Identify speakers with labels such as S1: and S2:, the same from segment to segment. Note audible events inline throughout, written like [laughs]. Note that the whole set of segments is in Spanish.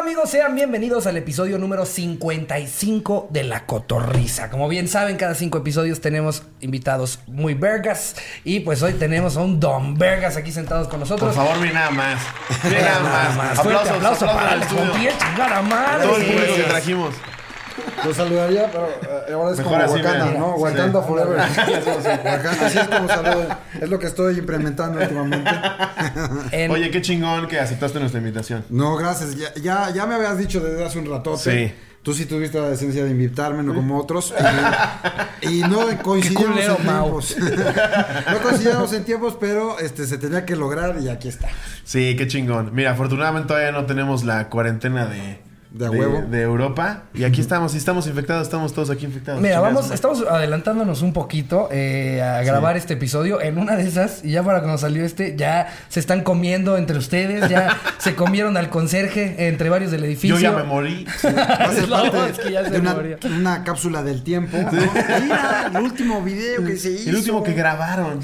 S1: amigos, sean bienvenidos al episodio número 55 de La Cotorriza. Como bien saben, cada cinco episodios tenemos invitados muy vergas. Y pues hoy tenemos a un Don Vergas aquí sentados con nosotros.
S2: Por favor, ve nada más. Ve nada
S1: Nada
S2: más.
S1: más. Fuerte
S2: Aplausos,
S1: aplauso
S2: aplausos
S1: para
S2: para el
S1: la
S2: estudio.
S1: compía, chingada madre.
S2: Todo el público
S1: Sí.
S2: que trajimos.
S3: Lo saludaría, pero eh, ahora es
S2: Mejor
S3: como
S2: así,
S3: Wakanda,
S2: mira.
S3: ¿no?
S2: Sí.
S3: Wakanda Forever. [laughs] Wakanda, así es como saludo. Es lo que estoy implementando últimamente.
S1: En-
S2: Oye, qué chingón que aceptaste nuestra invitación.
S3: No, gracias. Ya, ya, ya me habías dicho desde hace un ratote.
S2: Sí.
S3: Tú sí tuviste la decencia de invitarme, no como otros. Y, y no [laughs] coincidimos
S1: culero,
S3: en
S1: Mau.
S3: tiempos. [laughs] no coincidimos en tiempos, pero este, se tenía que lograr y aquí está.
S2: Sí, qué chingón. Mira, afortunadamente todavía no tenemos la cuarentena de...
S3: De a huevo.
S2: de Europa. Y aquí estamos. Si estamos infectados, estamos todos aquí infectados.
S1: Mira,
S2: Chingas,
S1: vamos,
S2: madre.
S1: estamos adelantándonos un poquito eh, a grabar este episodio. En una de esas, y ya para cuando salió este, ya se están comiendo entre ustedes, ya
S2: [laughs]
S1: se comieron al conserje entre varios del edificio.
S2: Yo ya me morí.
S3: Va [laughs] a ser
S1: No,
S3: parte
S1: es que ya se
S3: de una,
S1: murió.
S3: una cápsula del tiempo. ¿no? Mira, el último video que se hizo.
S2: El último que
S3: [laughs]
S2: grabaron.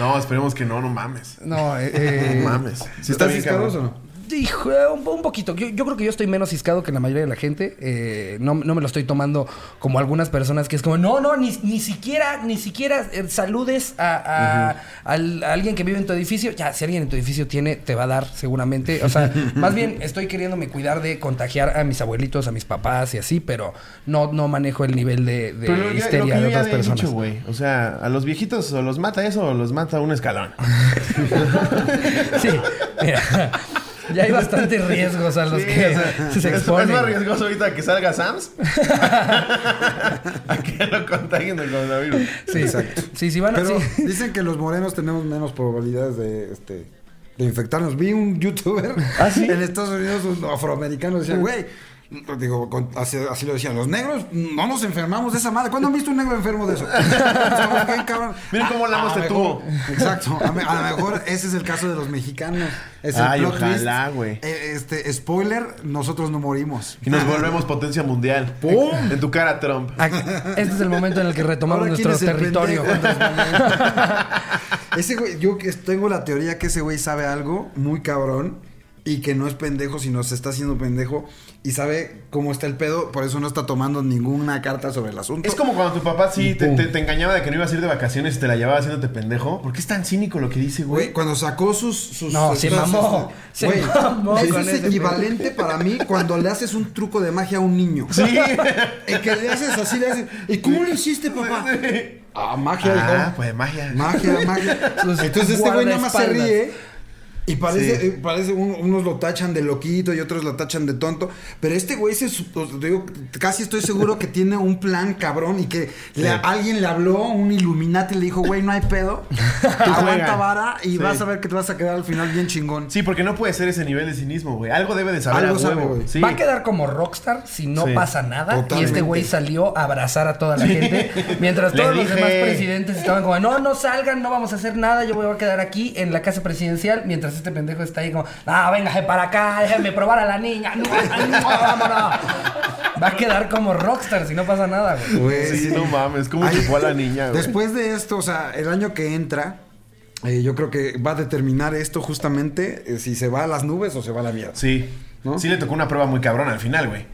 S2: no, esperemos que no, no mames.
S1: No, eh, eh,
S2: No mames. Sí
S3: ¿Estás
S2: bien, cabrón.
S3: discaroso o no?
S1: Hijo, eh, un, un poquito. Yo, yo creo que yo estoy menos ciscado que la mayoría de la gente. Eh, no, no me lo estoy tomando como algunas personas que es como, no, no, ni, ni siquiera, ni siquiera eh, saludes a, a- al- a alguien que vive en tu edificio. Ya, si alguien en tu edificio tiene, te va a dar seguramente. O
S2: [laughs]
S1: sea, más bien estoy queriéndome cuidar de contagiar a mis abuelitos, a mis papás y así, pero no, no manejo el nivel de, de
S2: Pero lo que- lo que
S1: histeria de
S2: yo ya
S1: otras
S2: había
S1: personas.
S2: dicho, güey. O sea, a los viejitos o los mata eso o los mata un escalón.
S1: [laughs] sí, mira. Ya hay bastantes riesgos a los
S2: Sí,
S1: que
S2: o [laughs] sea,
S1: se
S2: es-
S1: exponen.
S2: Es más riesgoso ahorita que salga Sams [laughs] a que lo contagien del coronavirus.
S1: Sí,
S3: Exacto.
S1: Sí, sí, van a-
S3: Pero
S1: sí. [laughs]
S3: [laughs] dicen que los morenos tenemos menos probabilidades de, este, de infectarnos. Vi un youtuber
S2: Ah,
S3: en Estados Unidos, un afroamericano, decía, güey, digo, con- así, así lo decían, los negros no nos enfermamos de esa madre. ¿Cuándo han visto un negro
S2: [laughs]
S3: enfermo de eso? Estamos bien, cabrón. Ah,
S2: Miren cómo hablamos
S3: a
S2: de
S3: mejor-
S2: tubo.
S3: Exacto. A, me- a lo mejor ese es el caso de los mexicanos. Es el
S2: Ay,
S3: plot twist.
S2: ojalá, güey.
S3: Eh, este, spoiler, nosotros no morimos.
S2: Y nos volvemos potencia mundial. En tu cara, Trump.
S1: Ah, Este es el momento en el que retomamos
S3: Ahora, ¿quién
S1: nuestro
S3: es el
S1: territorio.
S3: pendejo en los momentos? [laughs] ese güey, yo que tengo la teoría que ese güey sabe algo muy cabrón y que no es pendejo, sino se está haciendo pendejo y sabe cómo está el pedo, por eso no está tomando ninguna carta sobre el asunto.
S2: Es como cuando tu papá sí te, te- te engañaba de que no ibas a ir de vacaciones y te la llevaba haciéndote pendejo. ¿Por qué es tan cínico lo que dice,
S3: Güey,
S2: güey?
S3: cuando sacó sus... sus
S1: No,
S3: sus-
S1: se mamó, se
S3: Güey,
S1: mamó
S3: eso
S1: con
S3: es
S1: ese
S3: equivalente para mí cuando le haces un truco de magia a un niño. [laughs]
S2: Sí.
S3: El que le haces así, le haces... ¿Y cómo lo hiciste, papá? Ah, magia,
S2: ah,
S3: hijo.
S2: pues magia.
S3: Magia, magia.
S1: Sus
S3: Entonces este güey nada más se
S1: guardaespaldas.
S3: ríe. Y parece,
S2: Sí.
S3: eh, parece un- unos lo tachan de loquito y otros lo tachan de tonto. Pero este güey, se, su- os digo, casi estoy seguro que tiene un plan cabrón y que le-
S2: Sí.
S3: alguien le habló, un Illuminati, le dijo, güey, no hay
S2: [laughs]
S3: pedo.
S2: juega.
S3: Aguanta vara y
S2: Sí.
S3: vas a ver que te vas a quedar al final bien chingón.
S2: Sí, porque no puede ser ese nivel de cinismo, güey. Algo debe de saber
S3: Algo
S2: a
S3: sabe,
S2: huevo.
S3: güey.
S2: Sí.
S1: Va a quedar como rockstar si no
S2: Sí.
S1: pasa nada. Y este
S3: Totalmente.
S1: güey salió a abrazar a toda la gente. Mientras
S2: Le
S1: todos los
S2: dije.
S1: demás presidentes estaban como, no, no salgan, no vamos a hacer nada. Yo me voy a quedar aquí en la casa presidencial. Mientras este pendejo está ahí como, ah, véngase para acá, déjenme probar a la niña. No, no, vámonos. Va a quedar como rockstar si no pasa nada, güey.
S3: Güey,
S2: Sí, no mames, ¿cómo
S3: Ay,
S2: chupó a la niña, güey?
S3: Después de esto, o sea, el año que entra, eh, yo creo que va a determinar esto justamente eh, si se va a las nubes o se va a la mierda.
S2: Sí.
S3: ¿No?
S2: Sí le tocó una prueba muy cabrona al final, güey.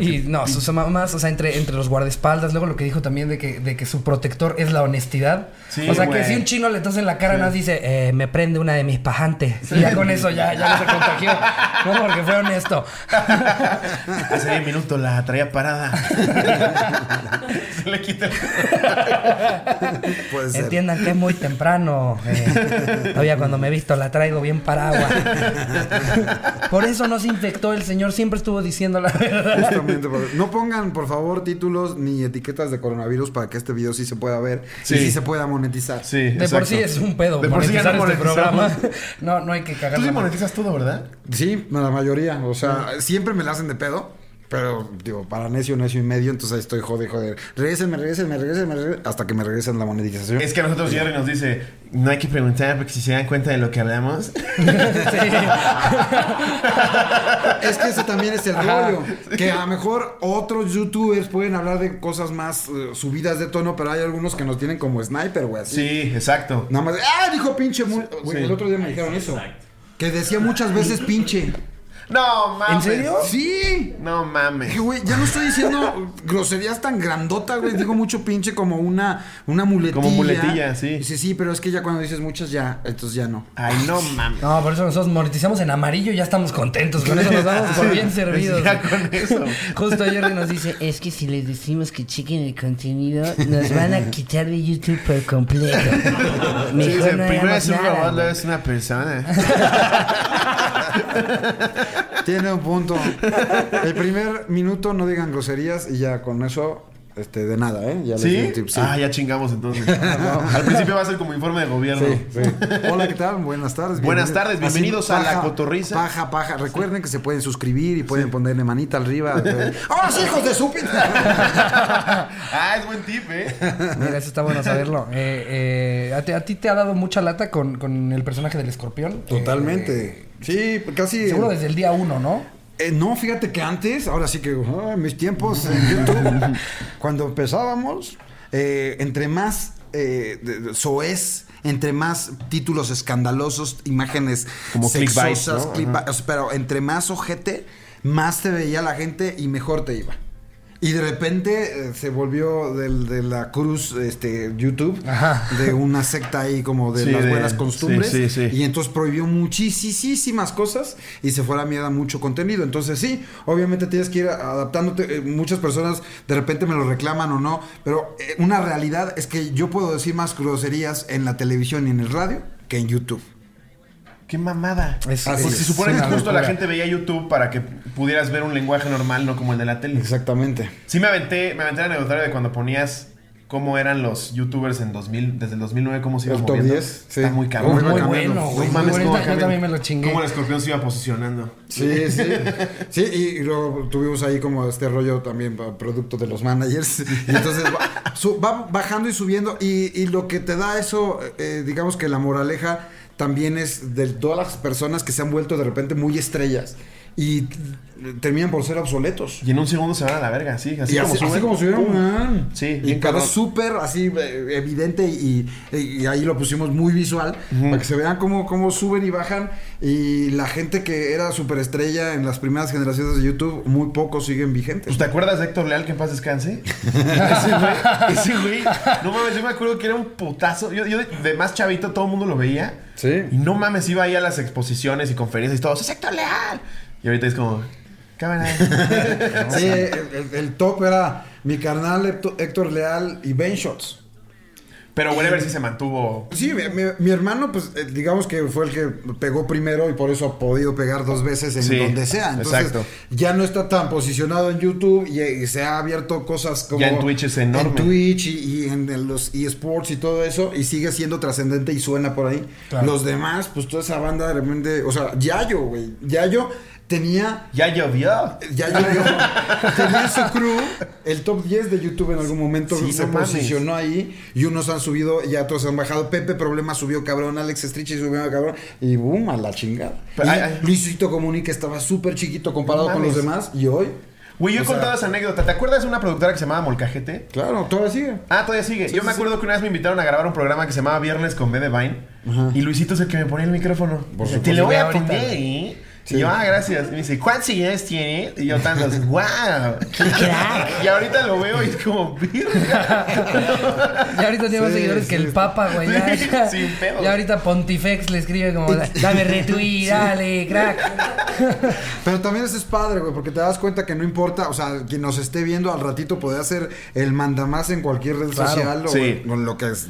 S1: Y no, sus mamás, o sea, entre, entre los guardaespaldas, luego lo que dijo también de que, de que su protector es la honestidad.
S2: Sí,
S1: o sea,
S2: güey.
S1: que si un chino le tose en la cara, nada más dice, eh, me prende una de mis pajantes. Y ya con eso ya, ya no se contagió. No, porque fue honesto.
S2: [laughs] Hace 10 minutos la traía parada. Se le quita el...
S3: Puede ser.
S1: Entiendan que es muy temprano. eh, todavía cuando me he visto la traigo bien paraguas. Por eso no se infectó el señor, siempre estuvo diciendo la verdad.
S3: Justamente, por- no pongan, por favor, títulos ni etiquetas de coronavirus para que este video sí se pueda ver
S2: Sí.
S3: y sí se pueda monetizar.
S2: Sí,
S1: De por sí es un pedo
S2: De por sí ya
S1: monetizar
S2: no
S1: este programa.
S2: monetizamos.
S1: No, no hay que cagar.
S2: Tú sí
S1: la mano.
S2: monetizas todo, ¿verdad?
S3: Sí, la mayoría. O sea, siempre me la hacen de pedo. Pero, digo, para necio, necio y medio, entonces ahí estoy jode, joder. Regrésenme, regrésenme, regrésenme, regrésenme, hasta que me regresen la monetización.
S2: Es que a nosotros Jerry nos dice, no hay que preguntar porque si se dan cuenta de lo que hablamos.
S3: Es que ese también es el
S1: Ajá.
S3: rollo. Que a lo mejor otros youtubers pueden hablar de cosas más eh, subidas de tono, pero hay algunos que nos tienen como sniper, güey. así.
S2: Sí, exacto.
S3: Nada más, ¡ah! Dijo pinche. mu-". Güey,
S2: sí.
S3: el otro día me dijeron eso. Que decía muchas veces pinche.
S2: No mames.
S1: ¿En serio?
S3: Sí.
S2: No mames.
S3: Dije, güey, ya no estoy diciendo groserías tan grandotas, güey. Digo mucho pinche como una, una muletilla.
S2: Como muletilla, sí.
S3: Dice, sí, pero es que ya cuando dices muchas, ya, entonces ya no.
S2: Ay, no mames.
S1: No, por eso nosotros monetizamos en amarillo y ya estamos contentos. Con eso nos damos por bien servidos.
S2: Ya con eso.
S1: [laughs] Justo ayer nos dice, es que si les decimos que chequen el contenido, nos van a quitar de YouTube por completo.
S2: Sí,
S1: Mejor
S2: dice,
S1: no
S2: primero
S1: hagamos
S2: es un
S1: nada,
S2: robot,
S1: güey".
S2: luego es una persona.
S3: Tiene un punto. El primer minuto no digan groserías y ya con eso, este, de nada, ¿eh? Ya les di
S2: ¿Sí?
S3: un tip, sí.
S2: Ah, ya
S1: [laughs]
S2: chingamos entonces. Al principio va a ser como informe de gobierno.
S3: Sí, sí. [laughs] Hola, ¿qué tal? Buenas tardes.
S2: Buenas
S3: bienvenido-
S2: tardes, bienvenidos a La Cotorrisa.
S3: Paja, paja. Recuerden que se pueden suscribir y pueden ponerle
S2: [laughs]
S3: manita arriba. ¡Ahora sí, hijos de su pin-!
S2: [laughs] ah, es buen tip, ¿eh?
S1: Mira, eso está bueno saberlo. Eh, eh, ¿a, ti, a ti te ha dado mucha lata con, con el personaje del escorpión? Eh,
S3: Totalmente. Sí,
S2: pues
S3: casi.
S1: seguro desde el día uno, ¿no?
S3: Eh, no, fíjate que antes, ahora sí que ah, mis tiempos en
S2: [laughs]
S3: YouTube, cuando empezábamos, eh, entre más eh, de- de- soez, entre más títulos escandalosos, imágenes
S2: Como clickbait,
S3: sexosas,
S2: ¿no?
S3: clickba-
S2: Ajá.
S3: o sea, pero entre más ojete, más te veía la gente y mejor te iba. Y de repente eh, se volvió del- de la cruz este, YouTube,
S1: Ajá.
S3: de una secta ahí como de
S2: Sí,
S3: las
S2: de-
S3: buenas
S2: sí,
S3: costumbres.
S2: sí, sí.
S3: Y entonces prohibió muchísimas cosas y se fue a la mierda mucho contenido. Entonces sí, obviamente tienes que ir adaptándote. Eh, muchas personas de repente me lo reclaman o no, pero eh, una realidad es que yo puedo decir más groserías en la televisión y en el radio que en YouTube.
S2: Qué mamada.
S1: Es-
S2: Ah,
S1: es-
S2: pues se supone
S1: es
S2: que
S1: una
S2: justo la
S1: locura.
S2: gente veía YouTube para que pudieras ver un lenguaje normal, no como el de la tele.
S3: Exactamente.
S2: Sí me aventé, me aventé el anecdotario de cuando ponías cómo eran los youtubers en 2000, desde el 2009, cómo se iban
S3: El top
S2: moviendo.
S3: 10, sí.
S2: Está muy cabrón.
S3: Muy
S2: No
S3: bueno,
S2: mames,
S1: güey,
S2: cómo
S1: muy bueno. Yo
S2: cambian.
S1: también me lo chingué.
S2: Cómo el escorpión se iba posicionando.
S3: Sí, sí. Sí, y luego tuvimos ahí como este rollo también pa- producto de los managers. Y entonces va, su- va bajando y subiendo. Y, y lo que te da eso, eh, digamos que la moraleja también es de todas las personas que se han vuelto de repente muy estrellas y t- terminan por ser obsoletos.
S2: Y en un segundo se van a la verga, sí. Así
S3: y
S2: como
S3: así, así
S2: suben,
S3: como subieron,
S2: ¡pum!
S3: man.
S2: Sí,
S3: y
S2: bien
S3: pero
S2: cabrón.
S3: súper así eh, evidente y, y ahí lo pusimos muy visual para que se vean cómo, cómo suben y bajan. Y la gente que era superestrella en las primeras generaciones de YouTube, muy pocos siguen vigentes.
S2: Pues, ¿Te acuerdas de Héctor Leal que en paz
S3: [laughs]
S2: descanse? ese güey, ese güey. No mames, yo me acuerdo que era un putazo. Yo, yo de, de más chavito todo el mundo lo veía.
S3: Sí.
S2: Y no mames, iba ahí a las exposiciones y conferencias y todo. ¡Es Héctor Leal! Y ahorita es como... Cámara. [laughs]
S3: Sí, el, el top era mi carnal Héctor- Héctor Leal y Ben Shots.
S2: Pero Whatever sí se mantuvo.
S3: Sí, mi, mi- mi hermano, pues eh, digamos que fue el que pegó primero y por eso ha podido pegar dos veces en
S2: Sí,
S3: donde sea. Entonces,
S2: exacto.
S3: ya no está tan posicionado en YouTube y, eh, se ha abierto cosas como.
S2: Ya en Twitch es enorme.
S3: En Twitch y, y en el- los eSports y todo eso, y sigue siendo trascendente y suena por ahí.
S1: Claro.
S3: Los demás, pues toda esa banda de repente. O sea, Yayo, güey. Yayo tenía.
S2: Ya llovió.
S3: Ya llovió. Tenía su crew, el top 10 de YouTube en algún momento
S2: Sí,
S3: se
S2: no mames.
S3: posicionó ahí y unos han subido y otros han bajado. Pepe Problema subió cabrón, Alex Strichi subió cabrón y boom, a la chingada.
S2: Pero
S3: Y
S2: hay- hay-
S3: Luisito Comunica estaba súper chiquito comparado
S2: No
S3: con los
S2: mames.
S3: demás y hoy,
S2: Güey, yo he
S3: O sea-
S2: contado esa anécdota. ¿Te acuerdas de una productora que se llamaba Molcajete?
S3: claro, todavía sigue.
S2: Ah, todavía sigue. Yo me acuerdo que una vez me invitaron a grabar un programa que se llamaba Viernes con Bebe Vine. Y Luisito es el que me ponía el micrófono. Dice, Te lo voy a
S1: Ahorita.
S2: poner, ¿eh? Y yo, ah, gracias. Y me dice, ¿cuántos seguidores tiene? Y yo,
S1: [laughs]
S2: tantos. ¡Wow! y ahorita lo veo y es como, "Virga".
S1: Y ahorita tiene más
S3: Sí,
S1: seguidores
S3: sí,
S1: que el
S3: está-
S1: Papa, güey. Ya,
S2: [laughs] Sí,
S1: ya-
S2: sin pedo.
S1: ya ahorita Pontifex le escribe como, dame retweet, dale, crack.
S3: Pero también eso es padre, güey, porque te das cuenta que no importa, o sea, quien nos esté viendo al ratito puede hacer el mandamás en cualquier red
S1: Claro.
S3: social o
S2: Sí.
S3: con lo que es-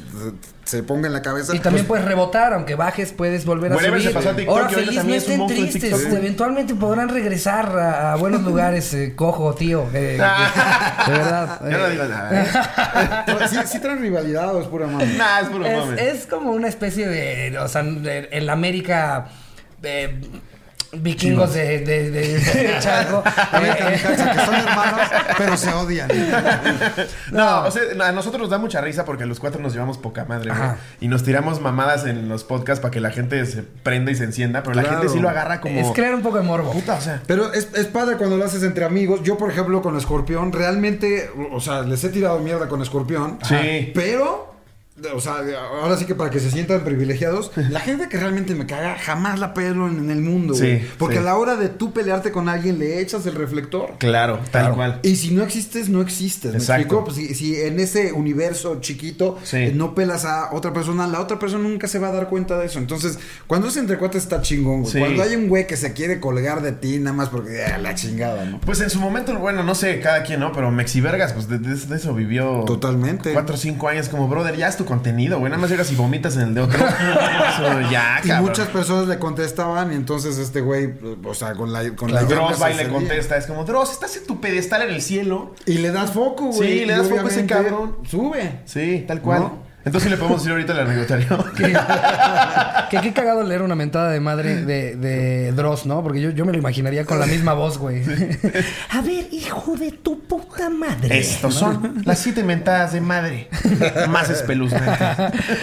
S3: se ponga en la cabeza. Pues,
S1: Y también puedes rebotar, aunque bajes, puedes volver a
S2: Whatever
S1: subir.
S2: se pasó a TikTok,
S1: Ahora
S2: que ahorita
S1: feliz, no
S2: también es un
S1: estén
S2: monstruo de
S1: tristes.
S2: TikTok.
S1: este, Eventualmente podrán regresar a, a [laughs] buenos lugares, eh, cojo, tío. eh, [laughs] de verdad.
S2: Yo no
S1: eh.
S2: digo nada. ¿eh?
S3: Pero [laughs] sí, sí traen rivalidad o es pura mano.
S2: [laughs] Nah, es puro
S1: es,
S2: mame.
S1: es como una especie de. O sea, de- en la América. eh, vikingos de, de, de- [laughs] de Charco.
S3: América
S1: Eh,
S3: y Necaxa,
S1: [laughs]
S3: que son hermanos, pero se odian.
S2: No, o sea, a nosotros nos da mucha risa porque los cuatro nos llevamos poca madre, güey.
S1: Ajá.
S2: Y nos tiramos mamadas en los podcasts para que la gente se prenda y se encienda, pero la
S3: Claro.
S2: gente sí lo agarra como.
S1: Es crear un poco de morbo.
S2: Puta, o sea.
S3: Pero es, es padre cuando lo haces entre amigos. Yo, por ejemplo, con Escorpión, realmente, o sea, les he tirado mierda con Escorpión.
S2: Sí.
S3: Pero O sea, ahora sí que para que se sientan privilegiados, la gente que realmente me caga jamás la pelo en, en el mundo, güey.
S2: Sí,
S3: Porque
S2: sí.
S3: a la hora de tú pelearte con alguien le echas el reflector.
S2: Claro, tal cual.
S3: Y si no existes, no existes. ¿Me
S2: Exacto.
S3: explico? Pues si, si en ese universo chiquito
S2: Sí.
S3: eh, no pelas a otra persona, la otra persona nunca se va a dar cuenta de eso. Entonces, cuando es entre cuates está chingón, güey.
S2: Sí.
S3: Cuando hay un güey que se quiere colgar de ti, nada más porque ah, la chingada, ¿no?
S2: Pues en su momento, bueno, no sé cada quien, ¿no? Pero Mexi Vergas, pues de, de- de eso vivió.
S3: Totalmente.
S2: Cuatro o cinco años, como brother, ya es tu contenido, güey. Nada más llegas y vomitas en el de
S3: [laughs]
S2: otro. eso ya,
S3: Y
S2: Ah, cabrón.
S3: muchas personas le contestaban y entonces este güey, o sea, con la con la llama
S2: Dross
S3: se
S2: va y le
S3: servía.
S2: contesta. Es como, Dross, estás en tu pedestal en el cielo.
S3: Y le das foco,
S2: Sí,
S3: güey.
S2: le das
S3: Y
S2: foco a ese
S3: obviamente
S2: cabrón.
S3: Sube.
S2: Sí, tal cual.
S3: ¿No?
S2: Entonces ¿sí le podemos decir ahorita al
S3: [laughs]
S2: anecdotario.
S1: Que qué cagado leer una mentada de madre de, de Dross, ¿no? Porque yo, yo me lo imaginaría con la misma voz, güey. [laughs] A ver, hijo de tu puta madre.
S2: Estos son las siete mentadas de [laughs] madre más espeluznantes.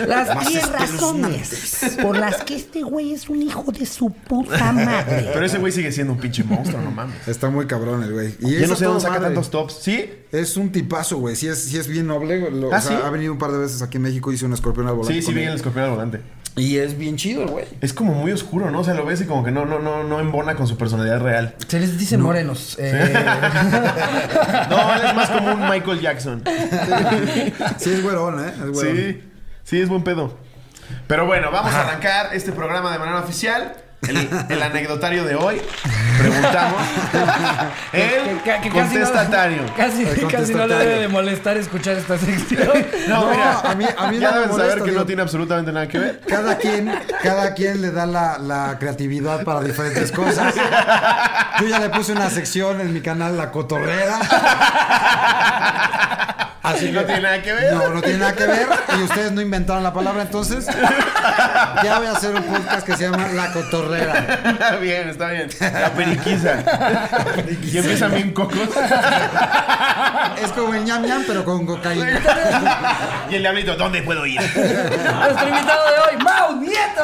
S4: Las
S3: Más
S4: 10 razones por las que este güey es un hijo de su puta madre.
S2: Pero ese güey sigue siendo un pinche monstruo, no mames.
S3: Está muy cabrón el güey. Y
S2: Ya
S3: eso
S2: no sé dónde
S3: todo
S2: saca
S3: madre.
S2: tantos tops. ¿Sí?
S3: Es un tipazo, güey. Sí es, sí es bien noble. güey. Lo-
S2: ¿Ah,
S3: o sea,
S2: sí?
S3: ha venido un par de veces aquí en México, hice un escorpión al volante.
S2: Sí, sí,
S3: con
S2: bien
S3: él.
S2: el escorpión al volante.
S3: Y es bien chido, el güey.
S2: Es como muy oscuro, ¿no? O sea, lo ves y como que no, no, no, no embona con su personalidad real.
S1: Se les dicen morenos. eh,
S2: No, él es más como un Michael Jackson.
S3: [laughs] Sí es güerón, ¿eh? Es güerón.
S2: Sí, sí, es buen pedo. Pero bueno, vamos a arrancar este programa de manera oficial. El, el anecdotario de hoy. Preguntamos.
S3: [laughs]
S2: El
S1: que- que- que casi no-
S2: contestatario.
S1: Casi,
S3: El
S1: casi no le
S3: contestatario.
S1: debe de molestar escuchar esta sección.
S2: No,
S3: No,
S2: mira,
S3: a mí- a mí
S2: ya
S3: no me
S2: deben
S3: molesta,
S2: saber que no
S3: digo.
S2: tiene absolutamente nada que ver.
S3: [laughs] Cada quien, cada quien le da la, la creatividad para diferentes cosas. Yo ya le puse una sección en mi canal La Cotorrera.
S2: Así no tiene nada que ver.
S3: No, no tiene nada que ver. Y ustedes no inventaron la palabra, entonces. Ya voy a hacer un podcast que se llama La Cotorrera.
S2: [laughs] Está bien, está bien. La periquiza.
S3: [laughs]
S2: Y empiezan bien cocos.
S3: Es como el ñam ñam, pero con cocaína.
S2: Y el diablito, ¿dónde puedo ir?
S1: Nuestro invitado de hoy, Mau Nieto.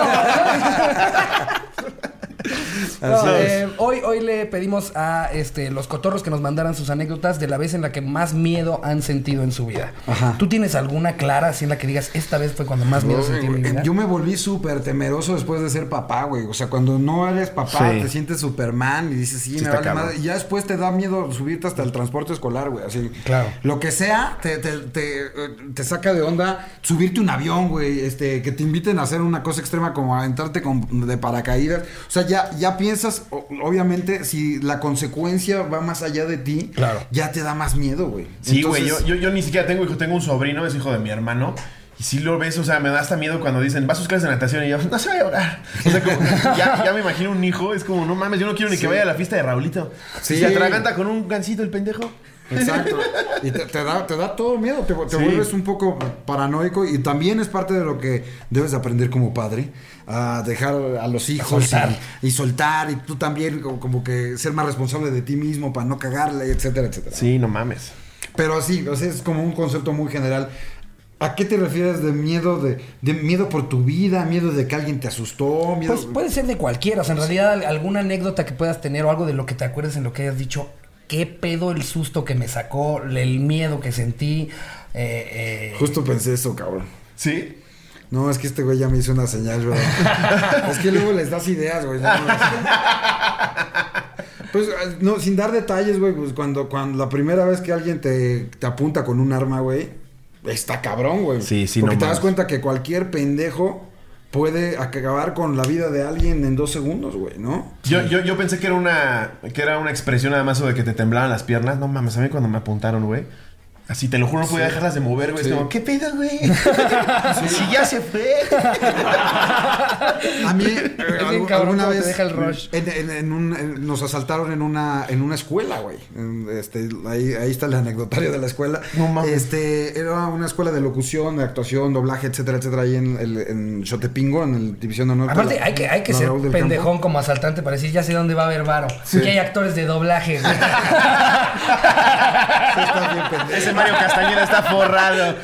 S1: No,
S2: es.
S1: eh, hoy, hoy le pedimos a este, los cotorros que nos mandaran sus anécdotas de la vez en la que más miedo han sentido en su vida.
S3: Ajá.
S1: ¿Tú tienes alguna clara así en la que digas, esta vez fue cuando más miedo sentí en mi vida?
S3: Yo me volví súper temeroso después de ser papá, güey. O sea, cuando no eres papá,
S2: Sí.
S3: te sientes Superman y dices,
S2: Sí
S3: sí, me
S2: está
S3: vale
S2: cabrón.
S3: madre. Y ya después te da miedo subirte hasta el transporte escolar, güey. Así,
S1: Claro.
S3: Lo que sea, te, te- te, eh, te saca de onda subirte un avión, güey. Este, que te inviten a hacer una cosa extrema como aventarte con, de paracaídas. O sea, ya, ya piensas, o- obviamente, si la consecuencia va más allá de ti,
S1: Claro.
S3: ya te da más miedo, güey.
S2: Sí, güey,
S3: Entonces-
S2: yo, yo, yo ni siquiera tengo hijo, tengo un sobrino, es hijo de mi hermano. Y sí lo ves, o sea, me da hasta miedo cuando dicen, va a sus clases de natación y yo, no se va a llorar. O sea, como que ya, ya me imagino un hijo, es como, no mames, yo no quiero ni que vaya a la fiesta de Raulito.
S3: Sí.
S2: Se atraganta con un gancito el pendejo.
S3: Exacto. Y te, te da, te da todo miedo, te, te
S2: Sí.
S3: vuelves un poco paranoico y también es parte de lo que debes aprender como padre, a dejar a los hijos
S1: soltar.
S3: Y, y soltar y tú también co- como que ser más responsable de ti mismo para no cagarle, etcétera, etcétera.
S2: Sí, no mames.
S3: Pero sí, o sea, es como un concepto muy general. ¿A qué te refieres de miedo de, de miedo por tu vida, miedo de que alguien te asustó, miedo
S1: Pues puede ser de cualquiera, o sea, en realidad al- alguna anécdota que puedas tener o algo de lo que te acuerdes en lo que hayas dicho, qué pedo el susto que me sacó, el miedo que sentí. eh, eh, [laughs]
S3: Justo pensé eso, cabrón.
S2: ¿Sí?
S3: No, es que este güey ya me hizo una
S2: [laughs]
S3: señal, ¿verdad? es que luego les das ideas, güey. no, no, es que- Pues, eh, no, sin dar detalles, güey, pues cuando, cuando la primera vez que alguien te, te apunta con un arma, güey, está cabrón, güey.
S2: Sí, sí,
S3: Porque
S2: no
S3: te
S2: mames.
S3: das cuenta que cualquier pendejo puede acabar con la vida de alguien en dos segundos, güey, ¿no?
S2: Yo, yo, yo pensé que era una que era una expresión nada más o de que te temblaban las piernas. No mames, a mí cuando me apuntaron, güey. Así te lo juro, no podía dejarlas de mover, güey. Es
S3: Sí.
S2: como, ¿qué pedo,
S3: [laughs]
S2: güey? Si ya se fue.
S3: A
S1: [laughs]
S3: mí, eh,
S1: bien
S3: algu-
S1: cabrón
S3: alguna
S1: cómo te
S3: vez
S1: deja el rush.
S3: En, en- en un- en- nos asaltaron en una, en una escuela, güey. En- Este, ahí, ahí está el anecdotario de la escuela.
S2: No mames.
S3: Este, era una escuela de locución, de actuación, doblaje, etcétera, etcétera, ahí en, el, en Xotepingo, en el División de Honor.
S1: Aparte,
S3: La-
S1: hay que, hay que
S3: la
S1: ser
S3: Raúl eh, del
S1: pendejón
S3: Campo.
S1: como asaltante para decir, ya sé dónde va a haber varo. Que hay actores de doblaje.
S3: [laughs]
S1: güey.
S3: Sí, está bien pendejo.
S2: Ese Mario Castañeda está forrado.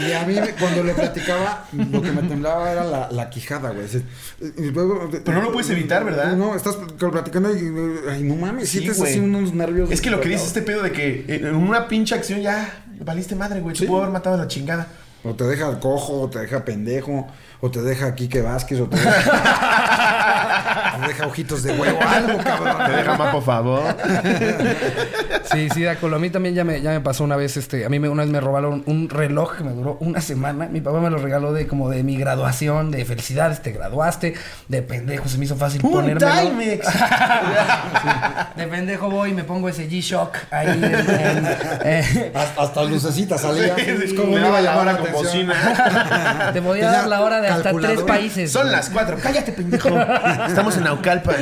S3: Y a mí, me- cuando le platicaba, lo que me temblaba era la, la quijada, güey. dices.
S2: Pero no lo puedes evitar, ¿verdad?
S3: No, estás platicando y. Ay, no mames,
S2: Sí,
S3: sientes
S2: güey.
S3: así unos nervios.
S2: Es que lo que dice este pedo de que en una pinche acción ya valiste madre, güey. Te
S3: Sí.
S2: pudo haber matado a la chingada.
S3: O te deja cojo, o te deja pendejo, o te deja Quique Vázquez, o te deja.
S2: [laughs]
S3: te deja ojitos de huevo, algo, cabrón.
S2: Te deja más, por favor.
S1: Sí, sí, da culo. A mí también ya me, ya me pasó una vez, este, a mí me- una vez me robaron un reloj que me duró una semana. Mi papá me lo regaló de como de mi graduación, de felicidades, te graduaste, de pendejo se me hizo fácil
S2: ¡Un
S1: ponérmelo.
S2: Timex!
S1: Sí. De pendejo voy y me pongo ese G-Shock ahí en- en- eh,
S3: Hasta, hasta lucecita salía.
S2: Sí, sí.
S3: Es como
S2: Le
S3: no
S2: daba
S3: iba a
S2: la
S3: llamar
S2: hora
S3: la
S2: con
S3: atención.
S2: bocina.
S1: te podía
S3: Tenía
S1: dar la hora de hasta
S3: calculadora.
S1: tres países.
S2: Son las cuatro. Cállate, pendejo. Estamos
S1: [laughs]
S2: en Naucalpan.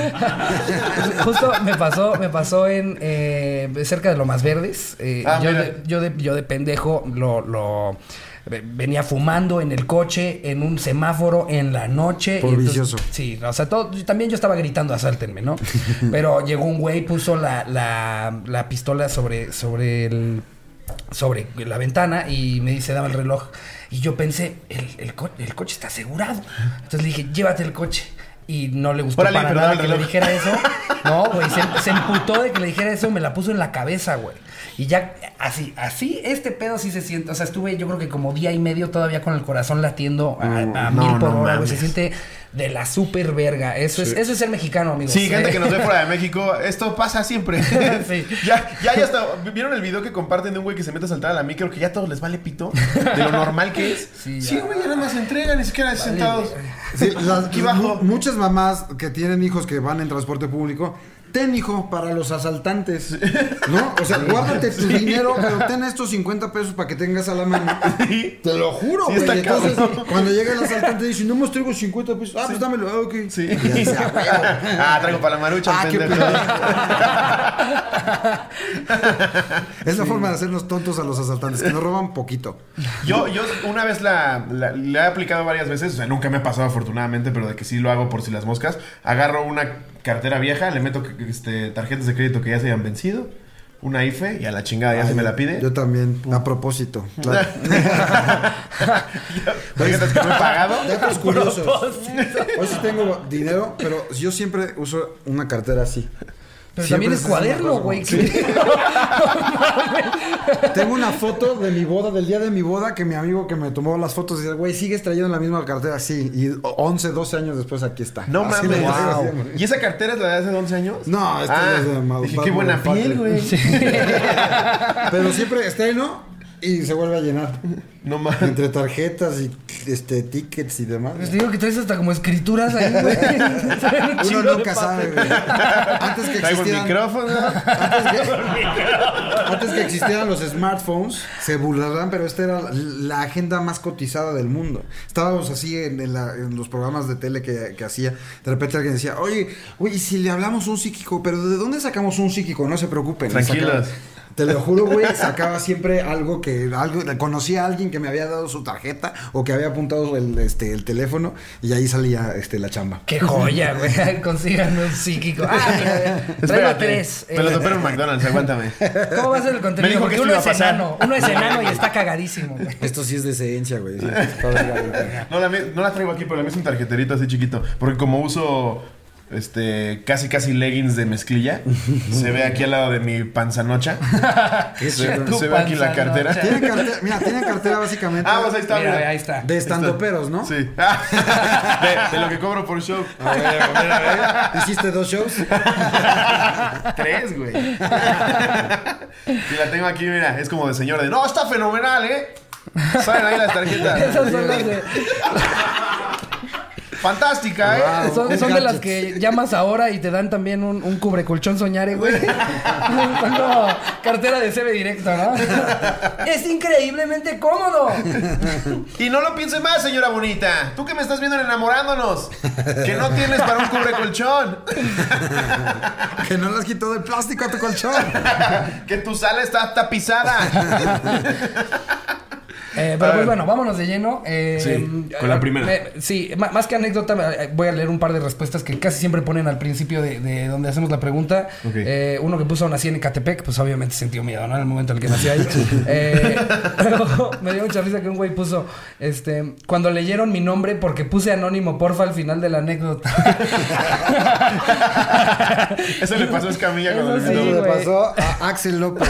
S1: Justo me pasó, me pasó en eh, cerca de lo más verdes. Eh,
S2: Ah,
S1: yo,
S2: mira.
S1: de, yo de- yo de pendejo lo, lo- ve- venía fumando en el coche, en un semáforo, en la noche.
S3: Por
S1: y entonces-
S3: vicioso.
S1: Sí, o sea, todo, yo- también yo estaba gritando, asáltenme,
S2: [laughs]
S1: ¿no? Pero llegó un güey, puso la, la- la pistola sobre, sobre el sobre la ventana y me dice, dame el reloj. Y yo pensé, el, el co- el coche está asegurado. Entonces le dije, llévate el coche. Y no le gustó
S2: Órale,
S1: para
S2: pero
S1: nada
S2: dame
S1: que
S2: el
S1: le
S2: reloj.
S1: dijera eso. No, güey, se, se emputó de que le dijera eso, me la puso en la cabeza, güey. Y ya, así, así, este pedo sí se siente. O sea, estuve yo creo que como día y medio todavía con el corazón latiendo a, a
S2: No,
S1: mil por
S2: no
S1: hora, güey. Se
S2: mames.
S1: siente de la super verga. Eso, es, eso es ser mexicano, amigos.
S2: Sí, gente
S1: Eh,
S2: que nos ve fuera de México, esto pasa
S1: [laughs]
S2: siempre.
S1: Sí.
S2: Ya, ya, ya está. ¿Vieron el video que comparten de un güey que se mete a saltar a la micro que ya a todos les vale pito? De lo normal que es.
S1: [laughs] Sí,
S2: Sí,
S1: ya.
S2: güey, ya nada más se entregan, ni siquiera sentados.
S3: Sí, las-
S2: Aquí abajo.
S3: [laughs] mu- Muchas mamás que tienen hijos que van en transporte público, ten hijo para los asaltantes. ¿No? O sea, guárdate tu dinero, pero ten estos 50 pesos para que tengas a la mano. Te lo juro,
S2: Sí,
S3: güey.
S2: está
S3: Entonces,
S2: cabrón.
S3: cuando llega el asaltante, dice: No más traigo 50 pesos. Ah, pues dámelo. Ah, ok.
S2: Sí.
S3: Ya dice, "Ah, güey".
S2: [laughs] Ah, traigo para la marucha,
S3: Ah, qué
S2: pendejo.
S3: Es la forma de hacernos tontos a los asaltantes, que nos roban poquito.
S2: Yo, yo una vez la, la- la he aplicado varias veces, o sea, nunca me ha pasado afortunadamente, pero de que sí lo hago por si las moscas. Agarro una cartera vieja, le meto este, tarjetas de crédito que ya se hayan vencido, una IFE y a la chingada ya se me la pide.
S3: Yo también, a propósito.
S1: [laughs]
S3: Claro.
S2: Tarjetas que no he
S3: [laughs]
S2: pagado.
S3: Datos curiosos. Hoy sí tengo dinero, pero yo siempre uso una cartera así.
S1: Pero
S3: Siempre
S1: también es
S3: es una cosa
S1: cuaderno,
S3: como-
S1: güey.
S3: Sí. Tengo una foto de mi boda, del día de mi boda, que mi amigo que me tomó las fotos dice, güey, sigues trayendo la misma cartera así. Y 11, 12 años después aquí está.
S2: No
S3: Así
S2: mames.
S3: le traigo
S2: Wow.
S3: siempre.
S2: ¿Y esa cartera es la de hace 11 años?
S3: No, esta
S2: Ah,
S3: es de Mau-
S2: Dije,
S3: Bad
S2: qué buena
S3: Motherfucker.
S2: piel, güey.
S3: Pero siempre estreno y se vuelve a llenar.
S2: No mames.
S3: Entre tarjetas y este, tickets y demás.
S1: [laughs] Pues te digo que traes hasta como escrituras ahí,
S2: [laughs]
S1: güey. Un
S3: Uno
S1: [laughs] chingo de papel.
S3: nunca sabe, güey. Antes que
S2: Traigo el
S3: existieran...
S2: micrófono.
S3: [laughs] Antes que, antes que existieran los smartphones, se burlarán, pero esta era la agenda más cotizada del mundo. Estábamos así en, en la- en los programas de tele que, que hacía. De repente alguien decía, oye, güey, ¿y si le hablamos a un psíquico, pero ¿de dónde sacamos un psíquico? No se preocupen.
S2: Tranquilos.
S3: Sacaba- te lo juro, güey, sacaba siempre algo que algo conocí a alguien que me había dado su tarjeta o que había apuntado el, este, el teléfono y ahí salía este la chamba.
S1: Qué joya, güey. [laughs] Consigan un psíquico. Ah, mira, traigo
S2: Espérate.
S1: tres. Eh,
S2: Me lo topé en McDonald's, aguántame.
S1: ¿Cómo va a ser el
S2: Me
S1: contenido?
S2: dijo
S1: Porque
S2: que esto
S1: uno
S2: iba a
S1: es
S2: pasar.
S1: enano. Uno es enano y está cagadísimo, güey.
S3: Esto sí es de ciencia, güey.
S1: [laughs]
S3: sí, está verga, güey.
S2: No la, mi- no la traigo aquí, pero la mía es un tarjeterito así chiquito. Porque como uso este casi casi leggings de mezclilla, se ve aquí al lado de mi panzanocha.
S3: Qué
S2: se,
S3: chido.
S2: se ve aquí la
S1: Panzanocha.
S2: cartera.
S3: Tiene cartera, mira, tiene cartera básicamente
S2: Ah, pues ahí está,
S1: Mira,
S2: mira.
S1: ahí está.
S3: de estandoperos, ¿no?
S2: Sí. [laughs] De, de lo que cobro por show.
S3: [laughs] Hiciste dos shows.
S2: Tres, [laughs] güey. Y la tengo aquí, mira, es como de señora de, no, está fenomenal, ¿eh? Salen ahí las
S1: [laughs] [laughs]
S2: tarjetas.
S1: Esas son las de,
S2: Fantástica, ¿eh?
S3: Wow.
S1: son, son de las que llamas ahora y te dan también un, un cubrecolchón soñare,
S2: [laughs]
S1: güey. Son como cartera de CB directo, ¿no? [laughs] es increíblemente cómodo.
S2: Y no lo piense más, señora bonita. Tú que me estás viendo en enamorándonos. Que no tienes para un cubrecolchón. [laughs]
S3: Que no las quitó de plástico a tu colchón.
S1: [laughs]
S2: Que tu sala está tapizada.
S1: Eh, pero
S2: A ver.
S1: pues bueno, vámonos de lleno. Eh,
S2: Sí,
S1: eh,
S2: con la primera.
S1: eh, sí, ma- más que anécdota, eh, voy a leer un par de respuestas que casi siempre ponen al principio de, de donde hacemos la pregunta.
S2: Ok.
S1: Eh, uno que puso nací en Ecatepec, pues obviamente sintió miedo, ¿no? En el momento en el que nací
S2: [laughs]
S1: ahí. Eh, pero [laughs] me dio mucha risa que un güey puso, este, cuando leyeron mi nombre porque puse anónimo, porfa, al final de la anécdota. [laughs]
S2: Eso le pasó a Escamilla cuando
S1: Eso
S2: le
S1: sí,
S3: Eso
S2: invitó.
S3: le
S1: güey.
S3: pasó a Axel López.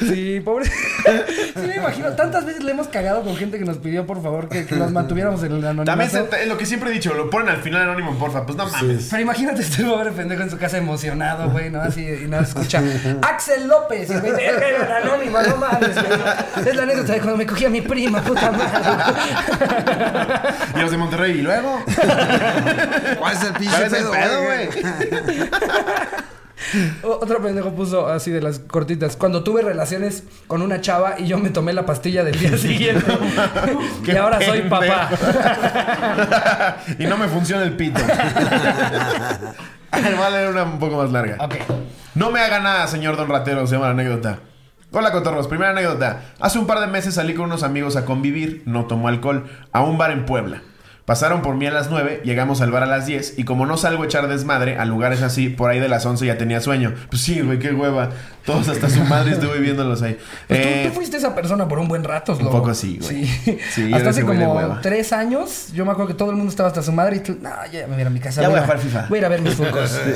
S1: Sí, pobre. [laughs] Sí, me imagino. Tantas veces le hemos cagado con gente que nos pidió, por favor, que, que nos mantuviéramos en el anonimato.
S2: También se- es lo que siempre he dicho, lo ponen al final anónimo, porfa. Pues no mames.
S1: Pero imagínate este pobre pendejo en su casa emocionado, güey, ¿no? Así, y nada, escucha. Axel López. Y el güey, "Verga, era el anónimo, no mames, güey". Es la anécdota de cuando me cogí a mi prima, puta madre.
S2: Y los de Monterrey, y luego.
S1: [laughs]
S3: ¿Cuál es el pinche
S2: ¿Cuál es el
S3: pedo,
S2: pedo,
S3: güey?
S1: O- Otro pendejo puso así de las cortitas. Cuando tuve relaciones con una chava y yo me tomé la pastilla del día siguiente.
S2: [laughs] Qué
S1: y ahora soy
S2: pendejo. [laughs]
S1: papá.
S2: y no me funciona el pito. A ver, voy a leer una un poco más larga.
S1: Ok.
S2: No me haga nada, señor Don Ratero, se llama la anécdota. Hola Cotorros, primera anécdota. Hace un par de meses salí con unos amigos a convivir, no tomó alcohol, a un bar en Puebla. Pasaron por mí a las 9, llegamos al bar a las 10 y como no salgo a echar desmadre a lugares así, por ahí de las 11 ya tenía sueño. Pues sí, güey, qué hueva. Todos hasta su madre estuve viéndolos ahí.
S1: Pues tú-
S2: Eh,
S1: tú, fuiste esa persona por un buen rato,
S2: Un
S1: loco.
S2: poco sí, güey.
S1: Sí.
S2: Sí, yo era
S1: hasta
S2: ese
S1: hace
S2: güey de
S1: como
S2: hueva.
S1: tres años, yo me acuerdo que todo el mundo estaba hasta su madre y tú, no, yo ya me voy a ir a mi casa.
S2: Ya voy a
S1: ir
S2: jugar FIFA.
S1: Voy a ir a ver mis funcos.
S2: [laughs]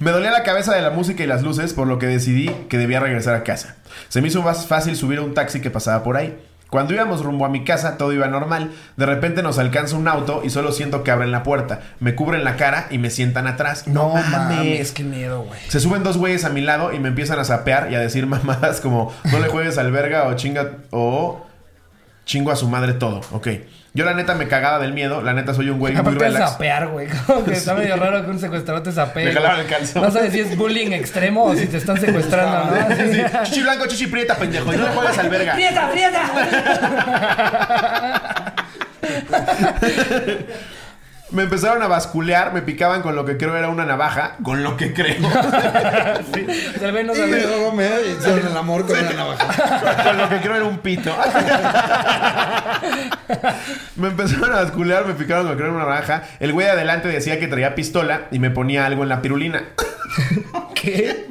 S2: Me dolía la cabeza de la música y las luces, por lo que decidí que debía regresar a casa. Se me hizo más fácil subir a un taxi que pasaba por ahí. Cuando íbamos rumbo a mi casa, todo iba normal. De repente nos alcanza un auto y solo siento que abren la puerta. Me cubren la cara y me sientan atrás.
S1: no mames, qué miedo, güey.
S2: Se suben dos güeyes a mi lado y me empiezan a sapear y a decir [laughs] mamadas como no le juegues al verga o chinga o chingo a su madre todo. Ok. Yo la neta me cagaba del miedo. La neta soy un güey muy
S1: Aparte de
S2: relax.
S1: zapear, güey. [laughs] Como que está medio raro que un secuestrador te zapee.
S2: Me jalaron el calzón.
S1: No sabes si es bullying extremo o si te están secuestrando, [laughs] ¿no? Así.
S2: Ah, Sí, Chichi blanco, chichi prieta, pendejo. Y no le juegas al verga.
S1: ¡Prieta, prieta!
S2: [laughs] Me empezaron a basculear, me picaban con lo que creo era una navaja. Con lo que creo. Sí.
S1: O sea, el güey no
S3: Y
S1: sabe.
S3: luego me hicieron el amor con una navaja.
S2: Con lo que creo era un pito. [laughs] me empezaron a basculear, me picaron con lo que creo era una navaja. El güey de adelante decía que traía pistola y me ponía algo en la pirulina. [laughs]
S1: ¿Qué?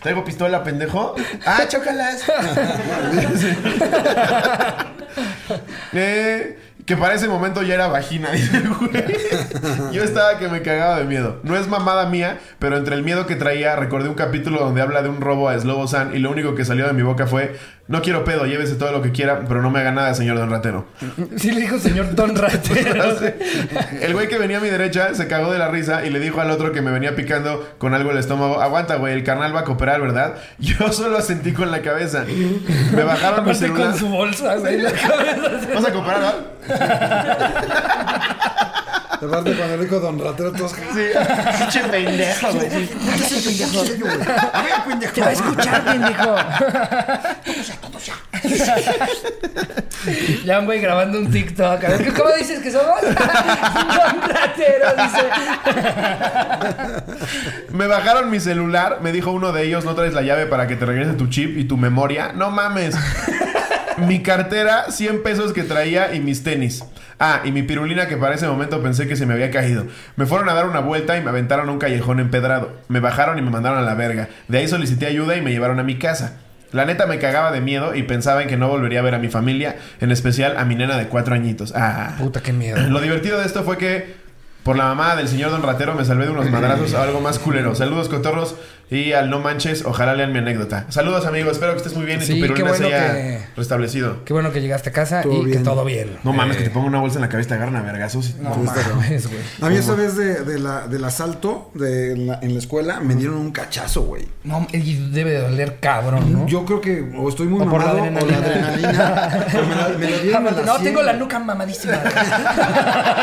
S2: ¿Traigo pistola, pendejo? ¡Ah, chócalas! Sí. Eh, que para ese momento ya era vagina, [laughs] dice el güey. Yo estaba que me cagaba de miedo. No es mamada mía, pero entre el miedo que traía, recordé un capítulo donde habla de un robo a Slobo San y lo único que salió de mi boca fue: No quiero pedo, llévese todo lo que quiera, pero no me haga nada, señor Don Ratero. [laughs]
S1: Sí le dijo señor Don Ratero.
S2: El güey que venía a mi derecha se cagó de la risa y le dijo al otro que me venía picando con algo el estómago, aguanta güey, el carnal va a cooperar, ¿verdad? [laughs] Yo solo sentí con la cabeza. Me bajaron mi
S1: Aparte
S2: celular.
S1: con su bolsa, güey. en la cabeza.
S2: Vas a cooperar, ah? ¿verdad?
S3: Aparte, cuando le dijo Don Ratero, todos... [laughs]
S2: Sí. Pinche pendejo, güey.
S3: A ver, pendejo.
S1: Te va a escuchar,
S2: [laughs]
S1: pendejo. ya un güey grabando un TikTok. A ver, ¿Cómo dices que somos? [laughs] Don ratero, dice.
S2: Me bajaron mi celular, me dijo uno de ellos, no traes la llave para que te regrese tu chip y tu memoria. No mames. Mi cartera, 100 pesos que traía y mis tenis. Ah, y mi pirulina que para ese momento pensé que se me había caído. Me fueron a dar una vuelta y me aventaron a un callejón empedrado. Me bajaron y me mandaron a la verga. De ahí solicité ayuda y me llevaron a mi casa. La neta me cagaba de miedo y pensaba en que no volvería a ver a mi familia, en especial a mi nena de cuatro añitos. Ah.
S1: Puta, qué miedo.
S2: Lo divertido de esto fue que por la mamá del señor Don Ratero me salvé de unos madrazos a algo más culero. Saludos, cotorros. Y al no manches, ojalá lean mi anécdota. Saludos, amigo. Espero que estés muy bien y
S1: Sí,
S2: tu
S1: qué
S2: pirulina se
S1: bueno
S2: haya
S1: que-
S2: restablecido.
S1: Qué bueno que llegaste a casa
S3: Todo
S1: y
S3: bien.
S1: que todo bien.
S2: No mames, que te ponga una bolsa en la cabeza y te agarran a vergazos.
S1: No mames, güey.
S3: A mí esa vez de, de la, del asalto de en, la, en la escuela me dieron un cachazo, güey.
S1: No, y debe de doler cabrón, ¿no?
S3: Yo creo que o estoy muy
S1: O por la
S3: mamado o la
S1: adrenalina. [laughs]
S3: adrenalina. pero me, la- me lo dieron a
S1: Aparte,
S3: las
S1: no,
S3: 100,
S1: tengo la
S3: güey.
S1: nuca mamadísima.
S3: [laughs]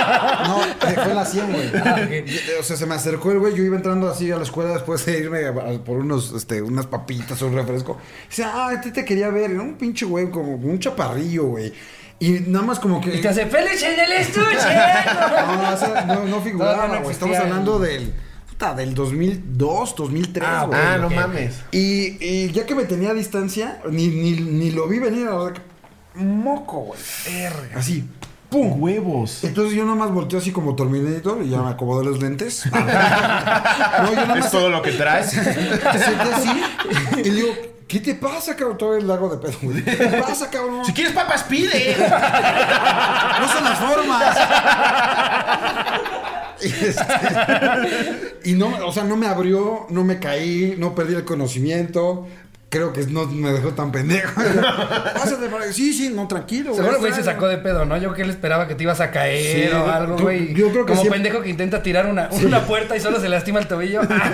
S3: No, eh, fue en la 100, güey.
S1: Ah, ok.
S3: Y- eh, O sea, se me acercó el güey. Yo iba entrando así a la escuela después de irme a- por unos, este, unas papitas o un refresco. Dice, ah, a ti te quería ver. Era un pinche güey, como un chaparrillo, güey. Y nada más como que...
S1: Y te hace feliz en el estuche.
S3: No, o sea, no, no figuraba,
S1: Todavía no
S3: güey.
S1: existía
S3: Estamos
S1: el-
S3: hablando del puta, del 2002, 2003,
S2: Ah,
S3: güey.
S2: no mames.
S3: Y, y ya que me tenía a distancia, ni, ni, ni lo vi venir, la verdad. que- Moco, güey. Así, pum.
S2: Huevos.
S3: Entonces yo nomás volteo así como Terminator y ya me acomodé los lentes. [laughs] no, yo nada
S2: ¿Es
S3: más
S2: todo lo que traes?
S3: senté así y le digo, ¿qué te pasa, cabrón? Todo el lago de pedo. güey. ¿Qué te pasa, cabrón?
S2: Si quieres papas, pide.
S3: No son las formas. Y, [laughs] este, y no, o sea, no me abrió, no me caí, no perdí el conocimiento. Creo que no me dejó tan pendejo. Pásate para Sí, sí, no, tranquilo. güey.
S1: Seguro el güey se sacó de pedo, ¿no? Yo que él esperaba que te ibas a caer
S3: Sí,
S1: o algo,
S3: yo-
S1: güey.
S3: yo creo que
S1: Como
S3: siempre-
S1: pendejo que intenta tirar una, una puerta y solo se lastima el
S3: [laughs]
S1: tobillo. Ah,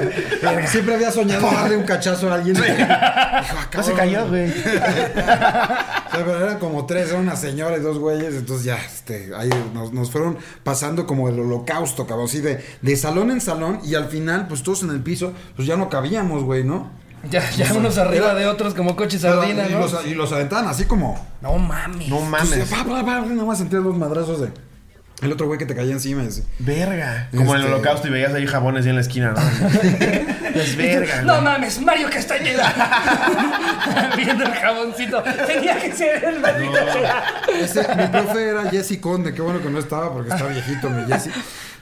S3: Siempre había soñado darle un cachazo a alguien. Dijo, "Ah,
S2: No se
S3: cabrón".
S2: cayó, güey.
S3: O sea, pero eran como tres, eran unas señoras y dos güeyes. Entonces ya, este, ahí nos, nos fueron pasando como el holocausto, cabrón. Así de, de salón en salón y al final, pues todos en el piso, pues ya no cabíamos, güey, ¿no?
S1: ya, ya unos arriba de otros como coches sardina,
S3: y,
S1: ¿no?
S3: los, y los aventaban así como.
S1: No mames.
S2: No
S3: Pues,
S2: mames.
S3: pa, pa, pa, nada más sentías los madrazos de. El otro güey que te caía encima. y así.
S2: Verga. Como en el
S3: Este-
S2: holocausto y veías ahí jabones ahí en la esquina, ¿no? es verga.
S1: No
S2: güey.
S1: mames, Mario Castañeda. [laughs] Viendo el jaboncito. Tenía que ser el maldito.
S3: Ese, mi profe era Jesse Conde, qué bueno que no estaba porque está viejito mi Jesse.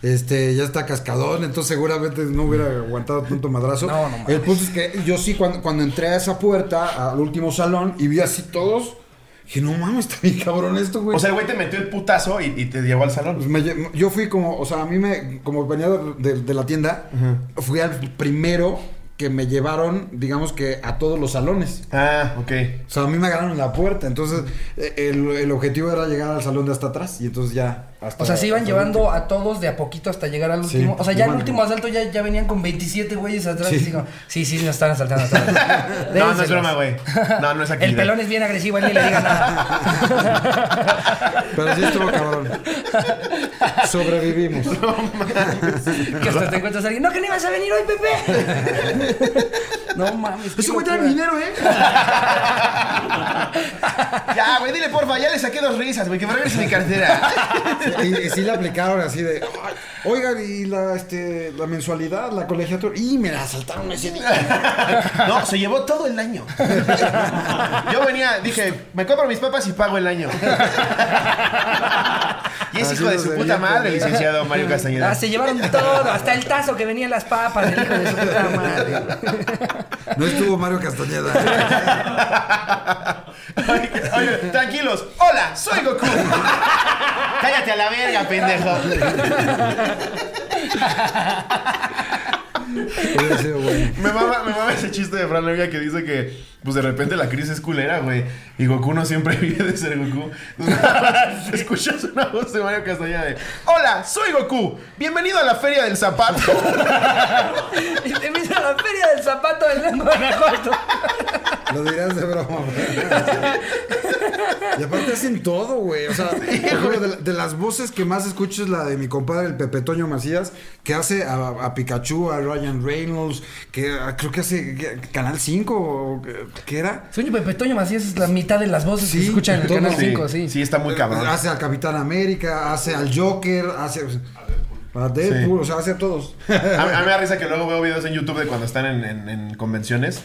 S3: Este, ya está cascadón, entonces seguramente no hubiera aguantado tanto madrazo.
S1: No, no mames.
S3: El punto es que yo sí, cuando, cuando entré a esa puerta, al último salón, y vi así todos, dije, no mames, está bien cabrón esto, güey.
S2: O sea, el güey te metió el putazo y, y te llevó al salón.
S3: Pues me lle- yo fui como, o sea, a mí me, como venía de, de- de la tienda, fui al primero que me llevaron, digamos que a todos los salones.
S2: Ah, ok.
S3: O sea, a mí me agarraron en la puerta, entonces eh, el, el objetivo era llegar al salón de hasta atrás y entonces ya... Hasta,
S1: O sea, se iban
S3: hasta
S1: llevando a todos de a poquito hasta llegar al
S3: Sí,
S1: último. o sea, ya el
S3: iban-
S1: último asalto ya, ya venían con 27 güeyes atrás.
S3: Sí.
S1: Y digo, sí, sí, nos están asaltando. a todos".
S2: [laughs] No, no
S1: Dénselos.
S2: es broma, güey. No, no es aquí.
S1: El pelón es bien agresivo, él ni le diga
S2: [laughs]
S1: nada.
S3: Pero sí estuvo cabrón.
S1: [laughs]
S3: Sobrevivimos.
S1: que hasta te encuentras a alguien. No, que no ibas a venir hoy,
S2: [laughs]
S1: Pepe. no mames. qué
S3: Eso güey
S1: locura.
S3: trae mi dinero, ¿eh?
S2: Ya, güey, dile porfa, ya le saqué dos risas, güey, que me regrese mi [laughs] cartera.
S3: Y, y sí le aplicaron así de... "Ay, Oigan, y la, este, la mensualidad, la colegiatura... Y me la asaltaron ese día.
S2: No, se llevó todo el año. Yo venía, dije, me compro mis papas y pago el año. Y es
S3: Así
S2: hijo de
S3: nos
S2: su puta
S3: debían
S2: madre,
S3: poner.
S2: licenciado Mario
S1: Ah,
S2: Castañeda.
S1: se llevaron todo, hasta el tazo que venían las papas, el hijo de su puta madre.
S3: No estuvo Mario Castañeda. ¿eh?
S2: Oye, oye, tranquilos. Hola, soy Goku. Cállate a la verga, pendejo.
S3: Hubiera sido bueno.
S2: Me mama, me mama ese chiste de Fran Evia que dice que, pues de repente la crisis es culera, güey. Y Goku no siempre [laughs] vive de ser Goku. Entonces, Escuchas una voz de Mario Castañeda de: Hola, soy Goku. Bienvenido a la Feria del Zapato.
S1: Y te metes a la feria del zapato del Guanajuato.
S3: Lo dirás de broma, güey. Y aparte hacen todo, güey. O sea, por ejemplo, de, la- de las voces que más escucho es la de mi compadre, el Pepe Toño Macías, que hace a, a Pikachu, a Ryan Reynolds, que ah, creo que hace que- Canal 5, o que- ¿qué era?
S1: Sueño Pepe Toño Macías es la mitad de las voces que
S3: Sí,
S1: se escuchan en el
S3: todo.
S1: Canal
S3: Sí, Ah.
S1: 5, sí.
S2: Sí, está muy cabrón.
S3: Eh, Hace al Capitán América, hace al Joker, hace a Deadpool, o sea, hace
S2: [laughs]
S3: a todos.
S2: A, a mí me da risa que luego veo videos en YouTube de cuando están en, en- en convenciones.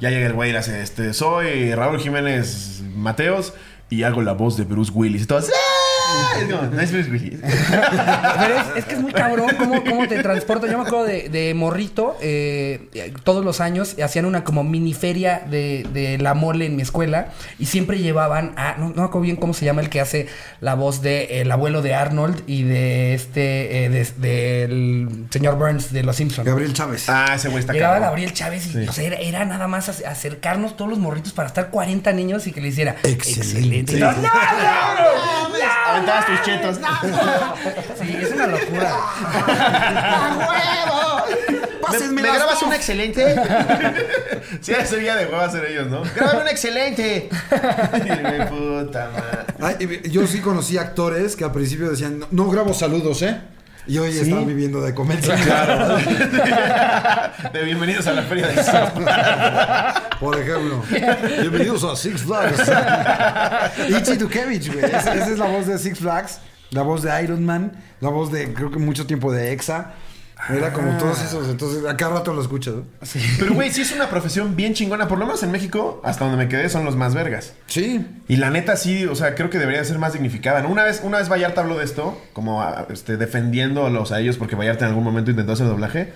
S2: Ya llega el güey y le hace, este, soy Raúl Jiménez Mateos y hago la voz de Bruce Willis. Y todos, "¡Ah!". Es como, no es Bruce Willis.
S1: Pero es, es que es muy cabrón cómo, cómo te transporta. Yo me acuerdo de, de Morrito, eh, eh, todos los años hacían una como mini feria de, de la mole en mi escuela y siempre llevaban a, no, no me acuerdo bien cómo se llama el que hace la voz de el abuelo de Arnold y de este, eh, de- del señor Burns de Los Simpsons.
S3: Gabriel Chávez.
S2: Ah, ese güey está
S1: Llegaba
S2: cabrón.
S1: Gabriel Chávez y o sea, era, era nada más ac- acercarnos todos los morritos para estar 40 niños y que le hiciera
S3: Excelente.
S1: excelente. Y todos, "No, no, no".
S2: Aventabas tus chetos. ¡No!
S1: Sí, es una locura.
S2: ¡A huevo!
S3: Pásenme
S2: ¿Me, me
S3: las
S2: grabas
S3: dos.
S2: un excelente? sí, ese día de hueva hacer ellos, ¿no? ¡Grábame un [laughs] excelente! Dime, puta madre.
S3: Ay, y- yo sí conocí actores que al principio decían, no, no grabo saludos, ¿eh? Y hoy están viviendo de comer.
S2: De bienvenidos a la feria del Zapato.
S3: Por ejemplo, bienvenidos a Six Flags. Ichi Dukevich, güey. Esa, esa es la voz de Six Flags, la voz de Iron Man, la voz de, creo que mucho tiempo de EXA. Era como todos esos, entonces a cada rato lo escuchas. ¿no?
S2: Pero, güey, sí es una profesión bien chingona. Por lo menos en México, hasta donde me quedé, son los más vergas.
S3: Sí.
S2: Y la neta sí, o sea, creo que debería ser más dignificada. ¿no? Una vez, una vez Vallarta habló de esto, como a- este, defendiéndolos a ellos, porque Vallarta en algún momento intentó hacer doblaje.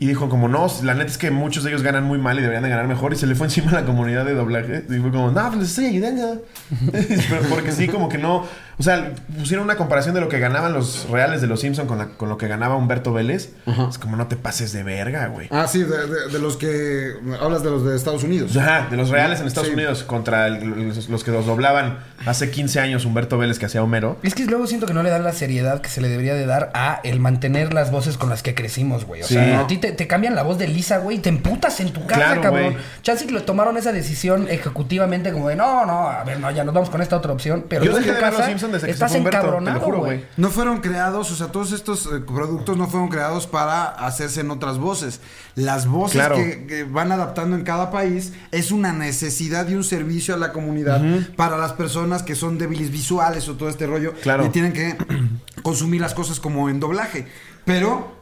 S2: Y dijo como, no, la neta es que muchos de ellos ganan muy mal y deberían de ganar mejor. Y se le fue [laughs] encima a la comunidad de doblaje. Y fue como, no, pues les estoy ayudando. [laughs] Pero porque sí, como que no... O sea, pusieron una comparación de lo que ganaban los reales de los Simpson con, la- con lo que ganaba Humberto Vélez. Es como, no te pases de verga, güey.
S3: Ah, sí, de, de- de los que hablas de los de Estados Unidos.
S2: Pues, Ajá, de los reales en Estados
S3: Sí.
S2: Unidos contra el- los, los que los doblaban hace 15 años Humberto Vélez que hacía Homero.
S1: Es que luego siento que no le dan la seriedad que se le debería de dar a el mantener las voces con las que crecimos, güey. O
S2: Sí.
S1: sea, a ti te, te cambian la voz de Lisa, güey, y te emputas en tu casa,
S2: Claro,
S1: cabrón.
S2: güey.
S1: Chance que lo tomaron esa decisión ejecutivamente como de, no, no, a ver, no, ya nos vamos con esta otra opción. Pero
S2: Yo
S1: tú en tu
S2: dejé de ver Los
S1: casa
S2: Simpson desde que se
S1: estás
S2: fue Humberto, te lo
S1: encabronado,
S2: juro,
S1: güey.
S2: güey.
S3: No fueron creados, o sea, todos estos eh, productos no fueron creados para hacerse en otras voces. Las voces
S2: Claro.
S3: que, que van adaptando en cada país es una necesidad y un servicio a la comunidad para las personas que son débiles visuales o todo este rollo
S2: Claro.
S3: y tienen que [clears throat] consumir las cosas como en doblaje. Pero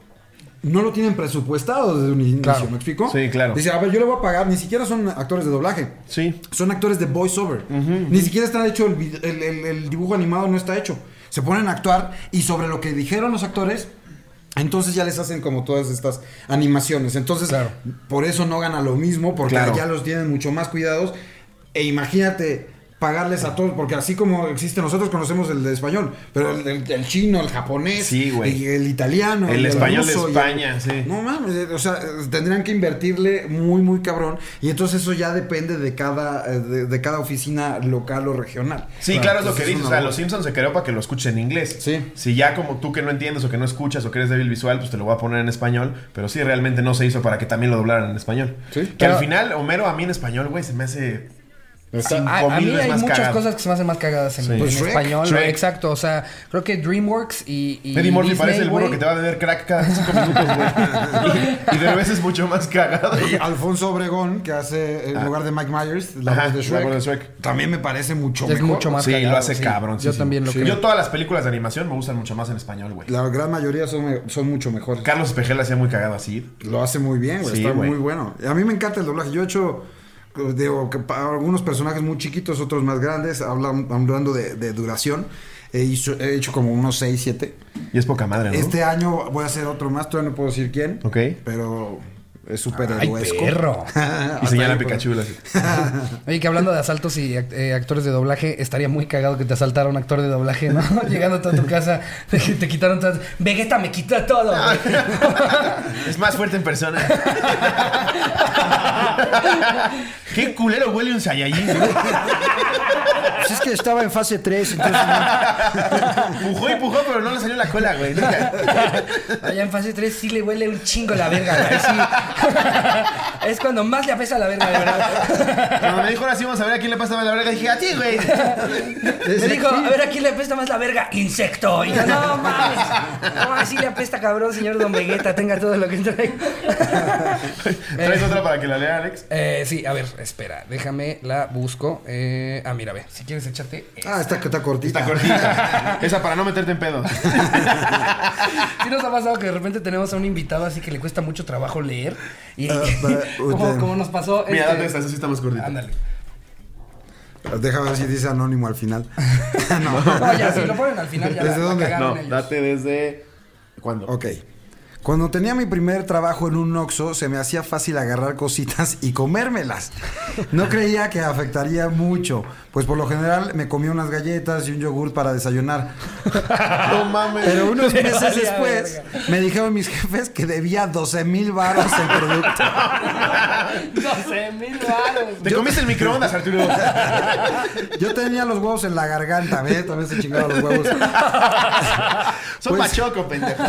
S3: no lo tienen presupuestado desde un inicio,
S1: Claro.
S3: ¿me explico?
S2: Sí, claro.
S3: Dice, a ver, yo le voy a pagar, ni siquiera son actores de doblaje.
S2: Sí.
S3: Son actores de voiceover. Ni siquiera está hecho el, vid- el- el- el dibujo animado, no está hecho. Se ponen a actuar y sobre lo que dijeron los actores, entonces ya les hacen como todas estas animaciones. Entonces,
S1: Claro.
S3: por eso no gana lo mismo, porque
S2: Claro.
S3: ya los tienen mucho más cuidados. E imagínate pagarles a todos, porque así como existe, nosotros conocemos el de español, pero el, el- el chino, el japonés,
S2: Sí, güey.
S3: y el italiano,
S2: El
S3: y
S2: español de
S3: ruso, y el-
S2: España, sí.
S3: no mames, eh, o sea, eh, tendrían que invertirle muy, muy cabrón. Y entonces eso ya depende de cada, eh, de, de cada oficina local o regional.
S2: Sí, claro, es lo
S1: pues
S2: que
S3: entonces
S2: dices.
S3: una
S2: O sea,
S3: bola.
S2: los Simpsons se creó para que lo escuches en inglés.
S3: Sí.
S2: Si ya como tú que no entiendes o que no escuchas o que eres débil visual, pues te lo voy a poner en español. Pero sí, realmente no se hizo para que también lo doblaran en español.
S3: Sí.
S2: Que
S1: Pero-
S2: al final, Homero a mí en español, güey, se me hace...
S1: A-
S2: cinco
S1: A, a mí
S2: mil veces
S1: hay
S2: más
S1: muchas
S2: cagado.
S1: cosas que se me hacen más cagadas en,
S2: Sí.
S1: en
S2: Pues
S3: Shrek,
S1: español.
S2: Shrek.
S1: Exacto, o sea, creo que DreamWorks y. y
S2: Eddie Murphy
S1: Disney,
S2: parece el burro
S1: güey.
S2: que te va a beber crack cada cinco minutos,
S1: [laughs]
S2: güey. y, y de veces mucho más cagado.
S3: Y Alfonso Obregón, que hace en lugar de Mike Myers, la
S2: Ah. Ajá,
S3: voz de
S2: la
S3: Shrek,
S2: voz de Shrek.
S3: También me parece mucho
S1: Es
S3: mejor.
S1: mucho más
S2: Sí,
S1: cagado,
S2: lo hace
S1: sí.
S2: cabrón. sí,
S1: Yo
S2: sí.
S1: también lo
S2: Sí.
S1: creo.
S2: Yo todas las películas de animación me gustan mucho más en español, güey.
S3: La gran mayoría son, me- son mucho mejores.
S2: Carlos Espejel hacía muy cagado así.
S3: Lo hace muy bien, güey.
S2: Sí,
S3: está
S2: güey.
S3: muy bueno. Y A mí me encanta el doblaje. Yo he hecho, eh, digo, que pa- algunos personajes muy chiquitos, otros más grandes, hablan- hablando de, de duración. He hizo- he hecho como unos 6, 7.
S2: Y es poca madre, ¿no?
S3: Este año voy a hacer otro más, todavía no puedo decir quién.
S2: Ok.
S3: Pero es
S1: Ay,
S2: ¿eh? [laughs]
S3: superheroesco.
S1: perro.
S2: Y señala a Pikachu. [laughs] así.
S1: Oye, que hablando de asaltos y act- eh, actores de doblaje, estaría muy cagado que te asaltara un actor de doblaje, ¿no? [laughs] Llegando a tu casa, [laughs] te, te quitaron todas. Vegeta me quita todo. güey".
S2: [laughs] es más fuerte en persona. [laughs] Qué culero huele un Saiyajin.
S5: Pues es que estaba en fase 3, entonces
S2: Pujó y pujó, pero no le salió la cola, güey.
S1: Allá en fase 3 sí le huele un chingo la verga, güey, sí. [laughs] es cuando más le apesa la verga, de verdad.
S2: Cuando me dijo ahora sí vamos a ver a quién le pasaba la verga, dije, a ti, güey.
S1: [laughs] Me dijo, a ver, ¿a quién le apesta más la verga? Insecto. Y yo, [laughs] no mames. No, así le apesta, cabrón, señor Don Vegeta. Tenga todo lo que trae.
S2: ¿Traes otra para que la lea, Alex?
S1: [laughs] Eh, sí, a ver, espera. Déjame, la busco. Eh, ah, mira, a ver, si quieres eh. échate. esta.
S3: Ah, está, está cortita.
S2: Está [laughs] cortita. Esa para no meterte en pedo.
S1: [laughs] Sí nos ha pasado que de repente tenemos a un invitado así que le cuesta mucho trabajo leer. Y [laughs]
S3: Ah, va,
S1: como,
S3: usted.
S1: como nos pasó.
S2: Mira,
S1: este,
S2: date esta, esa sí está más gordita.
S1: Ándale.
S3: Deja ver si dice anónimo
S1: [laughs]
S3: al final. [laughs]
S1: No, ya, si lo ponen al final ya.
S3: ¿Desde
S1: la- la
S3: dónde?
S1: cagaron
S2: No,
S1: ellos. [laughs]
S2: date desde. ¿Cuándo?
S3: Ok. Cuando tenía mi primer trabajo en un Oxxo, se me hacía fácil agarrar cositas y comérmelas. No creía que afectaría mucho, pues por lo general me comía unas galletas y un yogurt para desayunar.
S2: No mames.
S3: Pero unos
S1: Te
S3: meses
S1: valía
S3: después me dijeron mis jefes que debía 12 mil baros en producto.
S1: 12 mil baros.
S2: Te comiste el microondas,
S1: [laughs]
S2: Arturo.
S1: Pues
S3: Yo tenía los huevos en la garganta, ¿ves? También se chingaban los huevos.
S2: Son
S3: Pues-
S2: machoco, pendejo.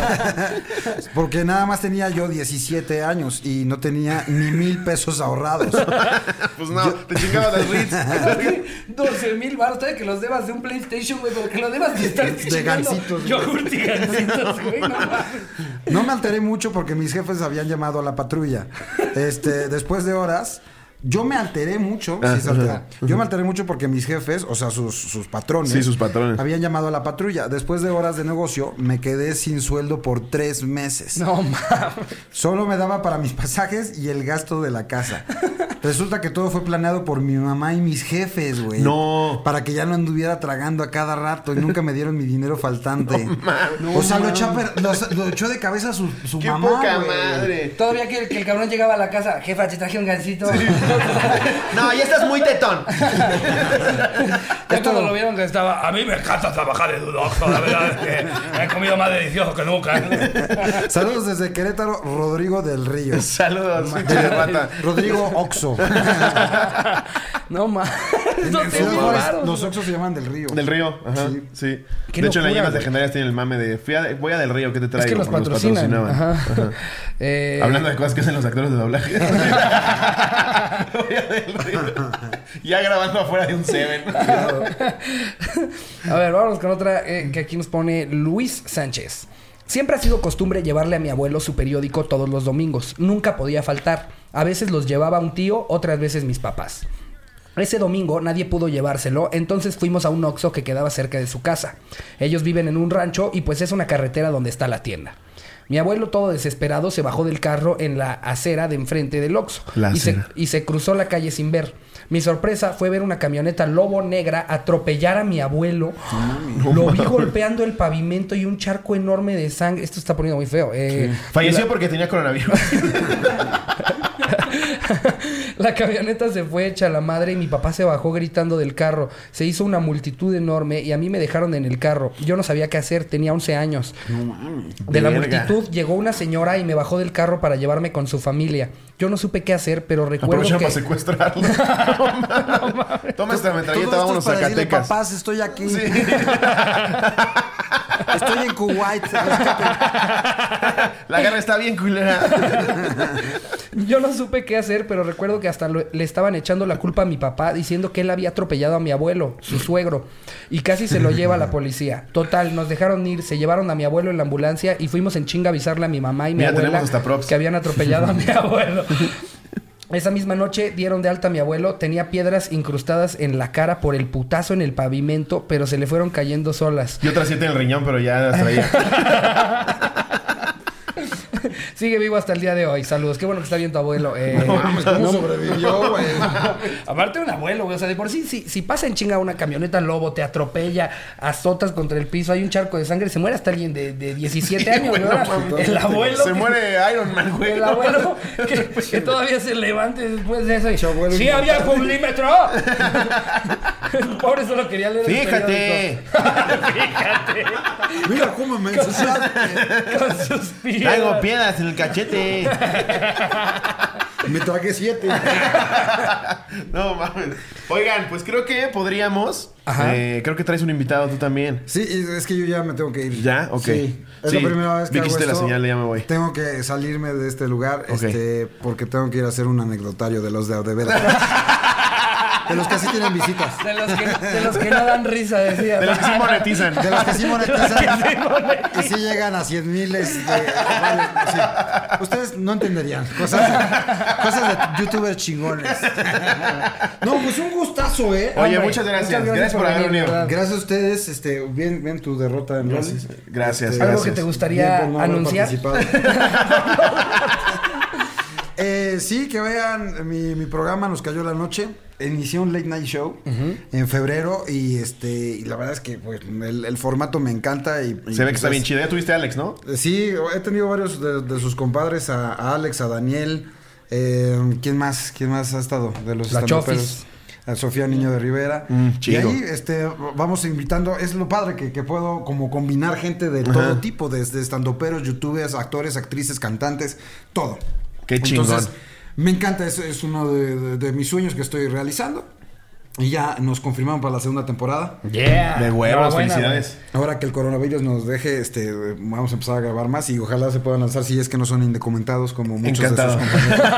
S3: Porque nada más tenía yo 17 años y no tenía ni mil pesos ahorrados.
S2: Pues no, te chingabas
S1: [laughs]
S2: las Ritz.
S1: 12 mil baros. Todavía que los debas de un PlayStation, güey, porque los debas de estar
S3: De
S1: chingando
S3: gansitos, güey.
S1: Yogurt y gansitos, güey. No mames.
S3: No me alteré mucho porque mis jefes habían llamado a la patrulla. Este, después de horas, Yo me alteré mucho.
S2: Ah,
S3: sí, se alteró.
S2: ajá.
S3: Yo me alteré mucho porque mis jefes, o sea, sus, sus patrones.
S2: Sí, sus patrones.
S3: Habían llamado a la patrulla. Después de horas de negocio, me quedé sin sueldo por tres meses.
S1: No mames.
S3: Solo me daba para mis [laughs] pasajes y el gasto de la casa. Resulta que todo fue planeado por mi mamá y mis jefes, güey.
S2: No.
S3: Para que ya no anduviera tragando a cada rato y nunca me dieron mi dinero
S2: [laughs]
S3: faltante. o sea, lo, echó a per- los- lo echó de cabeza su, su
S2: ¡Qué
S3: mamá.
S2: poca
S3: güey.
S2: madre!
S1: Todavía que el, que el cabrón llegaba a la casa, jefa, te traje un gancito. [laughs]
S2: No, ya estás muy tetón.
S1: Ya cuando lo vieron que estaba, a mí me encanta trabajar de dudoso, la verdad es que he comido más delicioso que nunca. ¿eh?
S6: [laughs]
S3: Saludos desde Querétaro, Rodrigo del Río.
S2: Saludos, pinche rata.
S3: Rodrigo
S2: [laughs]
S3: Oxo.
S1: No mames. No
S3: En
S1: te
S3: Ciudad Juárez,
S1: llevaron.
S3: los Oxos se llaman del Río.
S2: Del río, ajá.
S3: Sí.
S2: Sí.
S1: Qué
S2: De hecho,
S1: locura,
S2: en las llamas
S1: güey.
S2: legendarias tienen el mame de fui a- voy a del río, ¿qué te traigo?
S1: Es que los
S2: Porque
S1: patrocinan. Ajá.
S2: Ajá.
S1: Eh,
S2: Hablando de cosas que hacen los actores
S1: [laughs]
S2: de doblaje. [laughs] voy a del río. [laughs] ya grabando afuera de un Seven.
S1: A ver, vámonos con otra eh, que aquí nos pone Luis Sánchez. Siempre ha sido costumbre llevarle a mi abuelo su periódico todos los domingos. Nunca podía faltar. A veces los llevaba un tío, otras veces mis papás. Ese domingo nadie pudo llevárselo, entonces fuimos a un Oxxo que quedaba cerca de su casa. Ellos viven en un rancho y pues es una carretera donde está la tienda. Mi abuelo todo desesperado se bajó del carro en la acera de enfrente del Oxxo
S2: La
S1: y se,
S2: acera.
S1: y se cruzó la calle sin ver. Mi sorpresa fue ver una camioneta lobo negra atropellar a mi abuelo. Lo vi golpeando el pavimento y un charco enorme de sangre. Esto está poniendo muy feo. Eh,
S2: Falleció porque tenía coronavirus.
S1: La [laughs] camioneta se fue hecha a la madre y mi papá se bajó gritando del carro. Se hizo una multitud enorme y a mí me dejaron en el carro. Yo no sabía qué hacer, tenía 11 años. De la
S2: Verga.
S1: multitud llegó una señora y me bajó del carro para llevarme con su familia. Yo no supe qué hacer, pero recuerdo
S2: Aprovecharon
S1: que...
S2: para secuestrarlo. [laughs] No mames. Toma esta
S3: Todo esto
S2: metralleta,
S3: es
S2: vámonos a
S3: para decirle,
S2: Zacatecas.
S3: papás, estoy aquí.
S2: Sí.
S3: Estoy
S2: [laughs]
S3: en Kuwait. [laughs]
S2: La guerra está
S1: [laughs]
S2: bien culera.
S1: Yo no supe qué hacer, pero recuerdo que hasta lo- le estaban echando la culpa a mi papá diciendo que él había atropellado a mi abuelo,
S2: [laughs]
S1: su suegro, y casi se lo lleva a la policía. Total, nos dejaron ir, se llevaron a mi abuelo en la ambulancia y fuimos en chinga a avisarle a mi mamá y mi
S2: Mira,
S1: abuela
S2: tenemos hasta props.
S1: que habían atropellado a
S2: [laughs]
S1: mi abuelo. Esa misma noche dieron de alta a mi abuelo, tenía piedras incrustadas en la cara por el putazo en el pavimento, pero se le fueron cayendo solas.
S2: Y otras siete en el riñón, pero ya las traía.
S1: [laughs] Sigue vivo hasta el día de hoy. Saludos. Qué bueno que está bien tu abuelo. Eh,
S3: ¿Cómo sobrevivió, güey?
S1: [laughs] Aparte un abuelo, güey. O sea, de por sí, si, si pasa en chinga una camioneta lobo, te atropella, azotas contra el piso, hay un charco de sangre, se muere hasta alguien de, de
S2: [laughs]
S1: 17 años, güey. Ahora, el abuelo.
S2: pues, Se
S1: que-
S2: muere Iron Man,
S1: [laughs]
S2: güey.
S1: El
S2: No [laughs]
S1: abuelo
S2: mames.
S1: que, que todavía se levante después de eso. Y,
S3: abuelo
S1: ¡Sí había culímetro!
S2: [laughs]
S1: Pobre solo quería leer el
S2: Fíjate.
S3: Mira cómo me ensuciaste.
S1: periódico Con sus piedras.
S2: Traigo piedras en
S1: [laughs]
S2: el cachete.
S3: Me tragué siete.
S2: No mames. Oigan, pues creo que podríamos.
S1: Ajá.
S2: eh, creo que traes un invitado
S1: [laughs]
S2: tú también.
S3: Sí, y es que yo ya me tengo que ir.
S2: ¿Ya? Ok.
S3: Sí. Es
S2: Sí.
S3: la primera vez
S2: Vi
S3: que
S2: que
S3: hago
S2: hiciste la
S3: esto.
S2: señal, ya me voy.
S3: Tengo que salirme de este lugar
S2: Ok.
S3: este, porque tengo que ir a hacer un anecdotario de los de
S2: [laughs]
S3: de veras. de los que sí tienen visitas.
S1: De los, que, de los que no dan risa, decía.
S2: De los que sí monetizan.
S3: De los que sí monetizan. Y sí llegan a este, 100 miles de... varios- sí. Ustedes no entenderían. Cosas, cosas de
S2: [laughs]
S3: youtubers chingones. No, pues un gustazo, ¿eh?
S2: Oye,
S1: Hombre,
S2: muchas gracias.
S1: muchas gracias
S2: Gracias, por
S1: por
S2: haber
S1: venir,
S2: venido.
S1: ¿verdad?
S3: Gracias a ustedes. Este, bien, bien tu derrota en
S2: Gracias.
S3: Rollis.
S2: Gracias,
S3: Este,
S1: Algo que
S2: gracias.
S1: te gustaría
S3: Bien por no haber
S1: anunciar.
S3: participado. [laughs] Eh, sí, que vean mi, mi programa Nos Cayó la Noche. Inicié un late night show en febrero y este y la verdad es que pues, el, el formato me encanta. Y, y,
S2: Se ve que
S3: pues,
S2: está bien
S3: es-
S2: chido. Ya tuviste a Alex, ¿no?
S3: eh, Sí, he tenido varios de, de sus compadres, a, a Alex, a Daniel. eh, ¿Quién más? ¿Quién más ha estado de los
S1: La
S3: estandoperos?
S1: Chofis.
S3: A Sofía Niño de Rivera. y
S2: Mm, chido.
S3: ahí este, vamos invitando, es lo padre que, que puedo como combinar gente de todo tipo, desde estandoperos, youtubers, actores, actrices, cantantes, todo.
S2: Qué chingón.
S3: me encanta, es, es uno de, de- de mis sueños que estoy realizando.
S7: Y ya nos confirmaron para la segunda temporada.
S1: Yeah.
S2: De huevos,
S1: Enhorabuena,
S2: felicidades.
S7: Ahora que el coronavirus nos deje, este, vamos a empezar a grabar más y ojalá se puedan lanzar si es que no son indocumentados como muchos
S2: Encantado.
S7: de sus compañeros.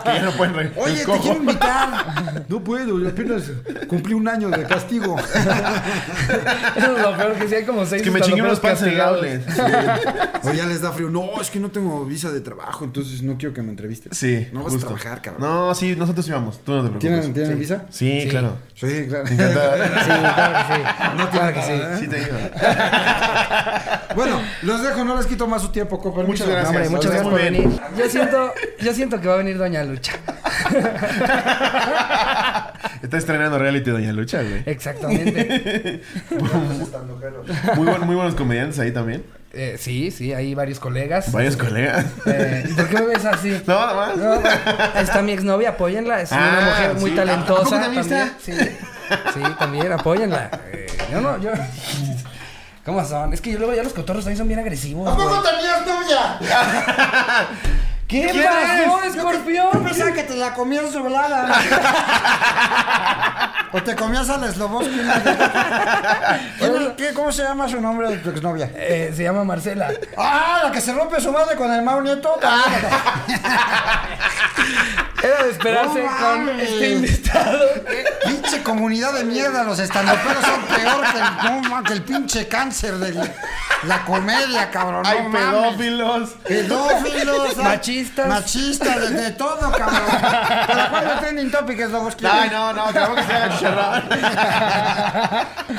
S2: [laughs] que ya no pueden re-
S7: Oye, te
S2: cojo.
S7: quiero invitar. [laughs] No puedo, yo apenas cumplí un año de castigo.
S1: güey. Eso es lo peor que sí hay como seis.
S2: Es que me chingué unos
S1: estandoperos
S2: pants en el
S1: castigados.
S2: outlet.
S7: O ya les da frío. No, es que no tengo visa de trabajo, entonces no quiero que me entrevistes.
S2: Sí.
S7: No vas
S2: justo.
S7: a trabajar, cabrón.
S2: No, sí, nosotros íbamos. Tú no te preocupes.
S7: ¿Tienen, ¿tienen visa?
S2: Sí, claro.
S7: Sí, claro.
S1: Sí, claro que sí. No, claro que sí.
S2: Sí te digo.
S7: [laughs] bueno, los dejo, no les quito más su tiempo, compa.
S2: Muchas gracias.
S1: Hombre, muchas gracias
S2: Muy
S1: por
S2: bien.
S1: venir. Yo siento, yo siento que va a venir Doña Lucha.
S2: Está estrenando reality Doña Lucha, güey.
S1: Exactamente.
S2: Muy, buen- muy buenos comediantes ahí también.
S1: Eh, sí, sí, hay varios colegas.
S2: Varios colegas.
S1: Eh, ¿y ¿Por qué me ves así?
S2: [laughs] No, nada más.
S1: No, está mi exnovia, apóyenla. Es
S2: Ah,
S1: una mujer muy
S2: sí. ¿A poco
S1: talentosa.
S2: también
S1: También,
S2: está?
S1: Sí, sí, también, apóyenla. Eh, yo no, yo. [laughs] ¿Cómo son? Es que yo luego ya los cotorros también son bien agresivos.
S3: ¿A poco
S1: güey.
S3: tenías novia?
S1: ¿Qué
S2: ¿Quién
S1: pasó,
S2: es?
S3: Yo
S1: escorpión?
S3: pensaba que te la comías doblada. o te comías al eslobón. ¿Cómo se llama su nombre de tu exnovia?
S1: Eh, se llama Marcela.
S3: Ah, la que se rompe su madre con el Mau Nieto.
S1: Era de esperarse
S3: No
S1: con
S3: mames.
S1: este invitado.
S3: pinche comunidad de mierda, los estandoperos son peor que el, no, ma- que el pinche cáncer de la, la comedia, cabrón.
S2: Hay
S3: no mames.
S2: pedófilos.
S3: Pedófilos, ah,
S1: Machistas.
S3: Machistas, de, de todo, cabrón. ¿Para cuándo el trending topic es Lobos?
S2: Ay, no, no, tenemos que se haga chicharrón.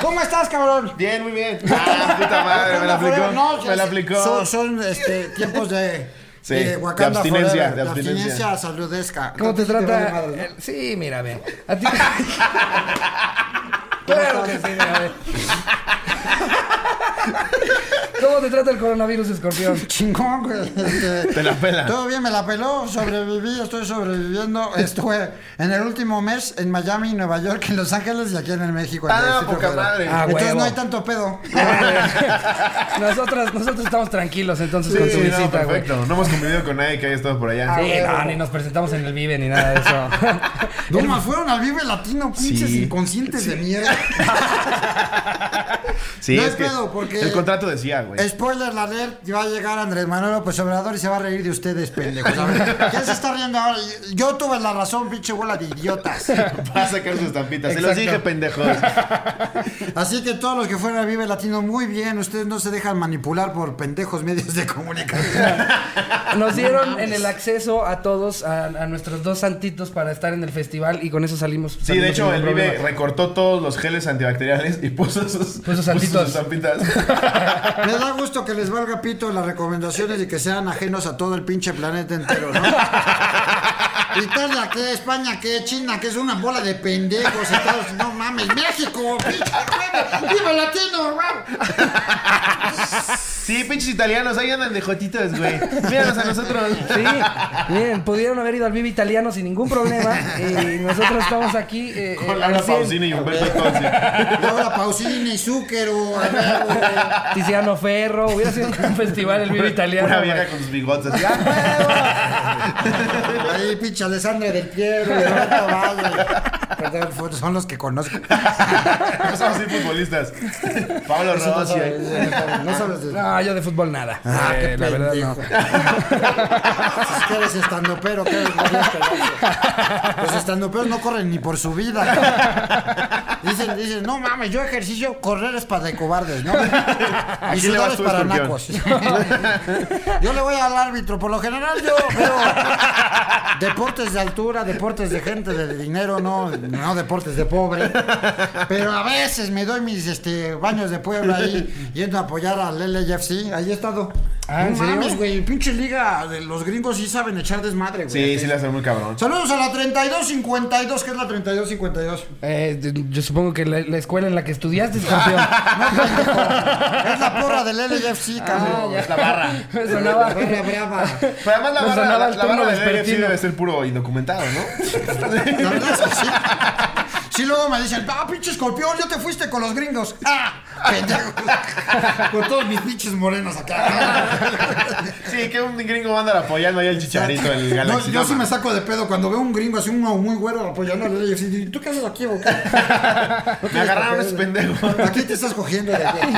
S3: [laughs] ¿Cómo estás, cabrón?
S2: Bien, muy bien. Ah, puta madre, me la aplicó.
S3: No,
S2: me la
S3: es-
S2: aplicó.
S3: Son, son, este, tiempos de,
S2: Sí,
S3: de
S2: de
S3: Wakanda
S2: abstinencia,
S3: Forever,
S2: de abstinencia.
S3: saludesca.
S1: ¿Cómo te
S3: vale
S1: trata?
S3: madre, ¿no?
S1: el- Sí, mira, ve. A
S3: [laughs]
S1: ti. claro que sí, mira, ve. ¿Cómo te trata el coronavirus, [laughs] escorpión?
S3: Chingón, güey. este,
S2: Te la pela.
S3: Todo bien, me la peló, sobreviví, estoy sobreviviendo. Estuve en el último mes en Miami, Nueva York, en Los Ángeles y aquí en el México. en el
S2: Ah,
S3: Distrito
S2: poca
S3: Federal.
S2: madre.
S1: Ah,
S3: Entonces
S1: huevo.
S3: no hay tanto pedo.
S1: Nosotros, nosotros estamos tranquilos entonces
S2: Sí,
S1: con su
S2: no,
S1: visita, güey. Ah,
S2: perfecto. No hemos convivido con nadie que haya estado por allá.
S1: Sí, no, ni nos presentamos en el Vive ni nada de [laughs] eso.
S3: No más fueron al Vive Latino, pinches
S2: Sí.
S3: inconscientes de mierda.
S2: Sí,
S3: No
S2: es
S3: es
S2: que
S3: pedo, porque-
S2: el contrato decía, güey.
S3: Spoiler la alert, va a llegar Andrés Manuel López Obrador y se va a reír de ustedes, pendejos. A ver, ¿quién se está riendo ahora? Yo tuve la razón, pinche bola de idiotas.
S2: [laughs] Va a sacar sus estampitas. Se los
S1: [laughs] Exacto.
S2: dije, pendejos.
S3: Así que todos los que fueron al Vive Latino, muy bien, ustedes no se dejan manipular por pendejos medios de comunicación.
S1: Nos dieron en el acceso a todos, a, a nuestros dos santitos para estar en el festival y con eso salimos.
S2: Sí, de
S1: salimos sin
S2: hecho, el
S1: ningún
S2: Vive
S1: problema.
S2: recortó todos los geles antibacteriales y puso sus,
S1: Puso santitos.
S2: sus estampitas.
S1: [laughs]
S3: Me da gusto que les valga pito las recomendaciones y que sean ajenos a todo el pinche planeta entero, ¿no? Italia, ¿qué? España, ¿qué? China, que es una bola de pendejos. Estados- no mames, México, pinche, güey, viva latino, güey.
S2: Sí, pinches italianos, ahí andan de jotitos, güey. Míranos a nosotros.
S1: Sí, miren, pudieron haber ido al Vive Italiano sin ningún problema y nosotros estamos aquí. eh, eh,
S2: Con Laura
S1: al cien.
S2: Pausini y Humberto Conci.
S3: Laura Pausini, Zúquero, a ver, güey.
S1: Tiziano Ferro, hubiera sido [laughs] un gran festival el Vive Italiano.
S2: Una
S1: güey.
S2: vieja con sus bigotes. así.
S3: Ahí, pinche Alessandra del Piero, y Roberto Valle. Perdón, fue- son los que conozco.
S2: No somos así
S1: [laughs]
S2: futbolistas. Pablo
S3: Eso no
S2: Rossi.
S3: sabes, no sabes de-
S1: No, yo de fútbol nada.
S3: Ah,
S1: Eh,
S3: qué
S1: la verdad
S3: [laughs] pendejo.
S1: no.
S3: Si es que eres estandopero, que eres María Esperanza. Los estandoperos no corren ni por su vida. Dicen, dicen, no mames, yo ejercicio, correr es para de
S1: [laughs]
S3: cobardes, ¿no? Y
S2: quién le
S3: sudar
S2: vas
S3: es
S2: tú,
S3: para nacos. [laughs]
S2: escorpión?
S3: Yo le voy al árbitro, por lo general yo veo deportes de altura, deportes de gente, de dinero, no, no deportes de pobre. Pero a veces me doy mis este, baños de pueblo ahí, yendo a apoyar al LFC, ahí he estado.
S1: Ah, ¿en
S3: no
S1: serio?
S3: mames, güey, pinche liga de los gringos sí saben echar desmadre, güey.
S2: Sí, sí, la hacen muy cabrón.
S3: Saludos a la 3252, que es la 3252.
S1: Eh, d- yo supongo que la, la escuela en la que estudiaste es campeón.
S3: Es la porra del
S1: Ah,
S3: LFC,
S1: [laughs]
S3: cabrón.
S1: Es la barra. Me sonaba.
S3: [laughs] Barra brava.
S2: Pero además la
S1: Me
S2: barra,
S1: sonaba
S2: la,
S1: el
S2: la barra
S1: turno
S2: del LFC
S1: vespertino.
S2: debe ser puro indocumentado, ¿no?
S1: [laughs]
S3: La verdad es que sí. Sí, luego me dicen, ah, pinche escorpión, ya te fuiste con los gringos. Ah, pendejo. Con todos mis pinches morenos acá.
S2: Sí, que un gringo va a andar apoyando ahí el chicharito, el galaxy.
S3: No, yo sí me saco de pedo cuando veo un gringo así, uno muy güero pues apoyando. Yo digo, ¿tú qué haces aquí, o qué?
S2: Me agarraron esos pendejos.
S3: ¿A quién te estás cogiendo? de aquí?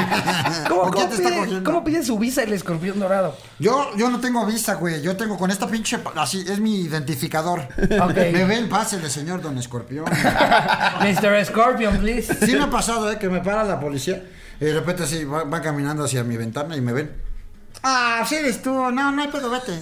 S1: ¿Cómo,
S3: ¿O quién
S1: cómo
S3: te está
S1: pide-
S3: cogiendo?
S1: cómo pide su visa el escorpión dorado? [laughs]
S3: Yo, yo no tengo visa, güey. Yo tengo con esta pinche. pa- Así, es mi identificador.
S1: Ok.
S3: Me ven, pásele, señor Don Escorpión.
S1: Mr. Scorpion, please.
S3: Sí me ha pasado, ¿eh? Que me para la policía. Y de repente así va, va caminando hacia mi ventana y me ven. Ah, sí eres tú. No, no hay pedo, vete. [laughs]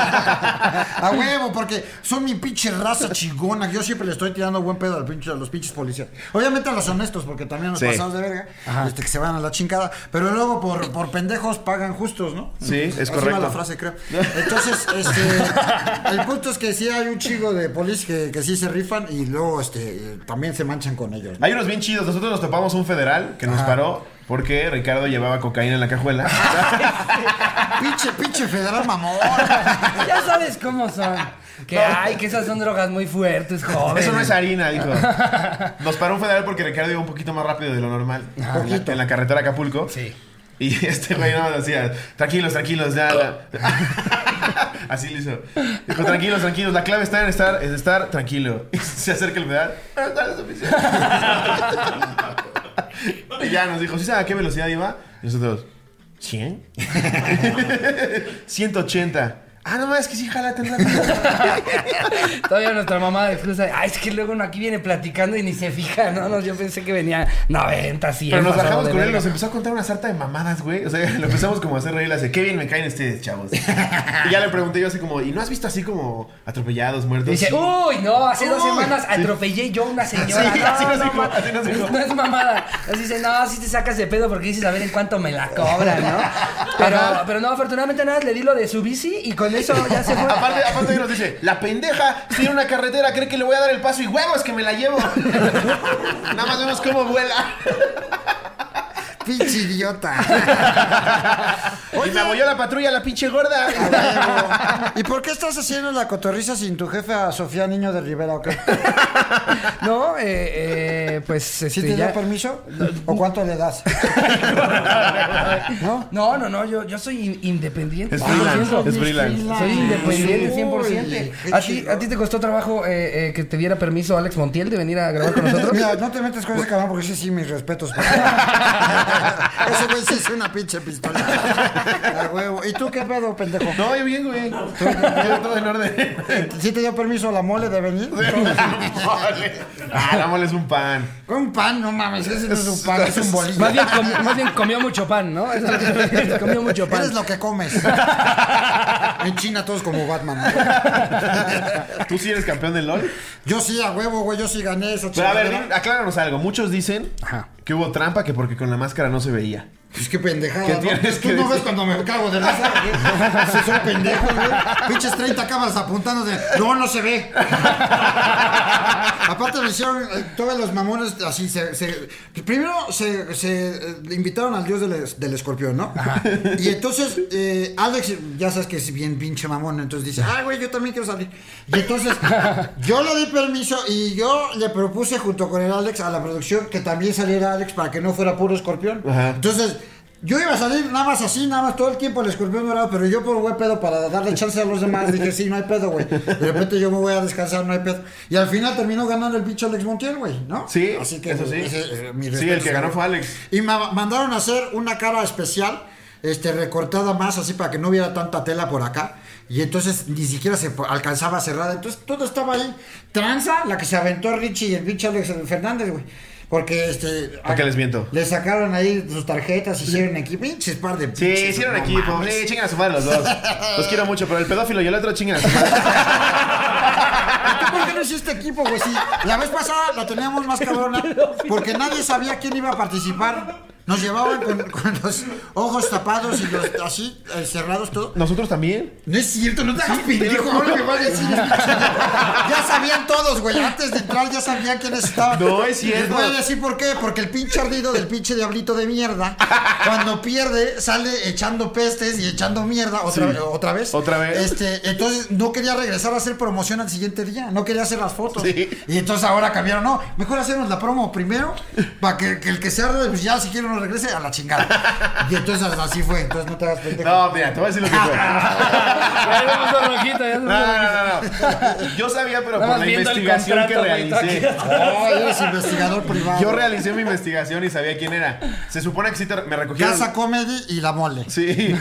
S3: a huevo, porque son mi pinche raza chingona. Yo siempre le estoy tirando buen pedo al pinche, a los pinches policías. Obviamente a los honestos, porque también los
S2: Sí.
S3: pasados de verga. este, que se van a la chingada. Pero luego por, por pendejos pagan justos, ¿no?
S2: Sí, es
S3: Así va
S2: correcto.
S3: la frase, creo. Entonces,
S2: [laughs]
S3: este, el punto es que sí hay un chico de polis que, que sí se rifan y luego este, también se manchan con ellos. ¿no?
S2: Hay unos bien chidos. Nosotros nos topamos un federal que nos paró porque Ricardo llevaba cocaína en la cajuela.
S3: Pinche, pinche federal mamón.
S1: Ya sabes cómo son. Que ay, que esas son drogas muy fuertes, joven.
S2: Eso no es harina, dijo. Nos paró un federal porque Ricardo iba un poquito más rápido de lo normal. en, la, en la carretera a Acapulco.
S1: Sí.
S2: [laughs] Y este güey nada más decía, tranquilos, tranquilos, ya. la-". Así le hizo. Dijo, tranquilos, tranquilos, la clave está en estar, en estar tranquilo. Y se acerca el federal. "Ah, ¿cuál es su prisión?". y ya nos dijo, ¿sí sabe a qué velocidad iba? Y nosotros, [laughs] ¿100? 180. Ah, no, es que sí, jala tan rápido.
S1: Todavía nuestra mamá de excusa. de, Ay, es que luego uno aquí viene platicando y ni se fija. No, no, yo pensé que venía 90, 100.
S2: Pero nos
S1: pasado
S2: bajamos
S1: de
S2: con él,
S1: verga.
S2: nos empezó a contar una sarta de mamadas, güey. O sea, [laughs] lo empezamos como a hacer reír, así, qué bien me caen ustedes, chavos. Y ya le pregunté yo así como, ¿y no has visto así como atropellados, muertos?
S1: Y Dice, "Uh".
S2: Sí.
S1: uy, no, hace dos
S2: Uy,
S1: semanas
S2: sí.
S1: atropellé yo a una señora.
S2: Sí,
S1: no,
S2: así nos
S1: no,
S2: dijo,
S1: ma-
S2: así nos dijo.
S1: No es mamada. Así dice, no, si te sacas de pedo porque dices a ver en cuánto me la cobran, ¿no? Pero, pero no, afortunadamente nada, más le di lo de su bici y con eso ya se fue.
S2: [laughs] Aparte, aparte nos dice, la pendeja tiene una carretera, cree que le voy a dar el paso y huevos que me la llevo. [laughs] Nada más vemos cómo vuela.
S3: Pinche idiota.
S2: Y me abolló la patrulla, la pinche gorda.
S3: ¿Y por qué estás haciendo la cotorriza sin tu jefa Sofía Niño de Rivera o qué?
S1: No, eh, eh, pues
S3: ¿Sí
S1: este,
S3: te
S1: ya-
S3: da permiso? ¿O cuánto le das? ¿No?
S1: No, no, no, yo, yo soy in- independiente.
S2: Es
S1: Ah,
S2: freelance,
S1: siento-
S2: es freelance.
S1: Soy independiente 100%.
S3: Uy, qué
S1: ¿A ti,
S3: chido.
S1: ¿A ti te costó trabajo eh, eh, que te diera permiso Alex Montiel de venir a grabar con nosotros?
S3: [laughs] Mira, no te metes con ese cabrón porque sí, sí, mis respetos. papá. ese güey sí es una pinche pistola. A huevo. ¿Y tú qué pedo, pendejo?
S2: No, yo bien, güey. Yo todo en orden. [laughs]
S3: ¿Sí te dio permiso la mole de venir?
S2: Ah, la mole es un pan.
S3: Con pan, no mames, ese no es un pan, es un bolillo.
S1: Más bien, comi- más bien comió mucho pan, ¿no? [laughs] Eso es lo que- comió mucho pan. [laughs]
S3: Eres lo que comes. en China todos como Batman.
S2: [laughs] ¿Tú sí eres campeón del LOL?
S3: Yo sí, a huevo, güey, yo sí gané eso,
S2: Pero a ver,
S3: chingadera.
S2: di- acláranos algo. Muchos dicen
S1: Ajá.
S2: que hubo trampa que porque con la máscara no se veía.
S3: Pues qué pendejada,
S2: ¿Qué
S3: ¿no?
S2: tienes
S3: Pues,
S2: que
S3: Tú no
S2: decir?
S3: ves cuando me cago de risa, güey. Si soy pendejo, güey. Pinches 30 cámaras apuntando de... No, no se ve. Aparte me hicieron eh, todos los mamones así, se, se- primero se, se, eh, invitaron al dios del, es- del escorpión, ¿no? Y entonces eh, Alex, ya sabes que es bien pinche mamón, entonces dice, ah, güey, yo también quiero salir. Y entonces yo le di permiso y yo le propuse junto con el Alex a la producción que también saliera Alex para que no fuera puro escorpión.
S2: Ajá.
S3: Entonces... Yo iba a salir nada más así, nada más todo el tiempo el escorpión dorado, pero yo por buen pedo para darle chance a los demás dije, sí, no hay pedo, güey. De repente yo me voy a descansar, no hay pedo. Y al final terminó ganando el bicho Alex Montiel, güey, ¿no?
S2: Sí,
S3: Así que,
S2: eso sí.
S3: ese, eh, mi
S2: sí, el
S3: respeto,
S2: que ganó
S3: güey.
S2: fue Alex.
S3: Y me mandaron a hacer una cara especial, este, recortada más así para que no hubiera tanta tela por acá. Y entonces ni siquiera se po- alcanzaba cerrada. Entonces todo estaba ahí. Tranza, la que se aventó Richie y el bicho Alex Fernández, güey. Porque este.
S2: ¿Para qué les miento?
S3: Le sacaron ahí sus tarjetas, hicieron equipo. Pinches par de
S2: Sí,
S3: pinches,
S2: hicieron
S3: no
S2: equipo.
S3: mames.
S2: Sí, chingan a su madre los dos. Los quiero mucho, pero el pedófilo y el otro chingan a su madre.
S3: ¿Y tú Ah, por qué no hiciste equipo,
S2: [laughs]
S3: güey? Si la vez pasada la teníamos más cabrona porque nadie sabía quién iba a participar. Nos llevaban con, con los ojos tapados y los así, eh, cerrados todo.
S2: ¿Nosotros también?
S3: No es cierto, no te hagas pendejo. ahora que vas a [laughs] decir. Ya sabían todos, güey. Antes de entrar ya sabían quiénes estaban.
S2: No, es cierto.
S3: Les voy a decir por qué. Porque el pinche ardido del pinche diablito
S2: [laughs]
S3: de mierda, cuando pierde, sale echando pestes y echando mierda otra,
S2: Sí.
S3: otra vez.
S2: Otra vez.
S3: Este, entonces no quería regresar a hacer promoción al siguiente día. No quería hacer las fotos.
S2: Sí.
S3: Y entonces ahora cambiaron. No, mejor hacernos la promo primero para que, que el que se arde, pues ya si quiere no regrese a la chingada. Y entonces así fue. Entonces no te hagas pendejo.
S2: No, mira, te voy a decir lo que
S1: [laughs]
S2: fue. No,
S3: Ah.
S2: no, no, no. Yo sabía, pero
S1: Nada
S2: por
S1: más
S2: la
S1: viendo el
S2: investigación que
S1: contrato, güey,
S2: realicé.
S3: Oh, eres investigador privado.
S2: Yo realicé mi investigación y sabía quién era. Se supone que sí te- me recogieron.
S3: Casa Comedy y La Mole.
S2: Sí.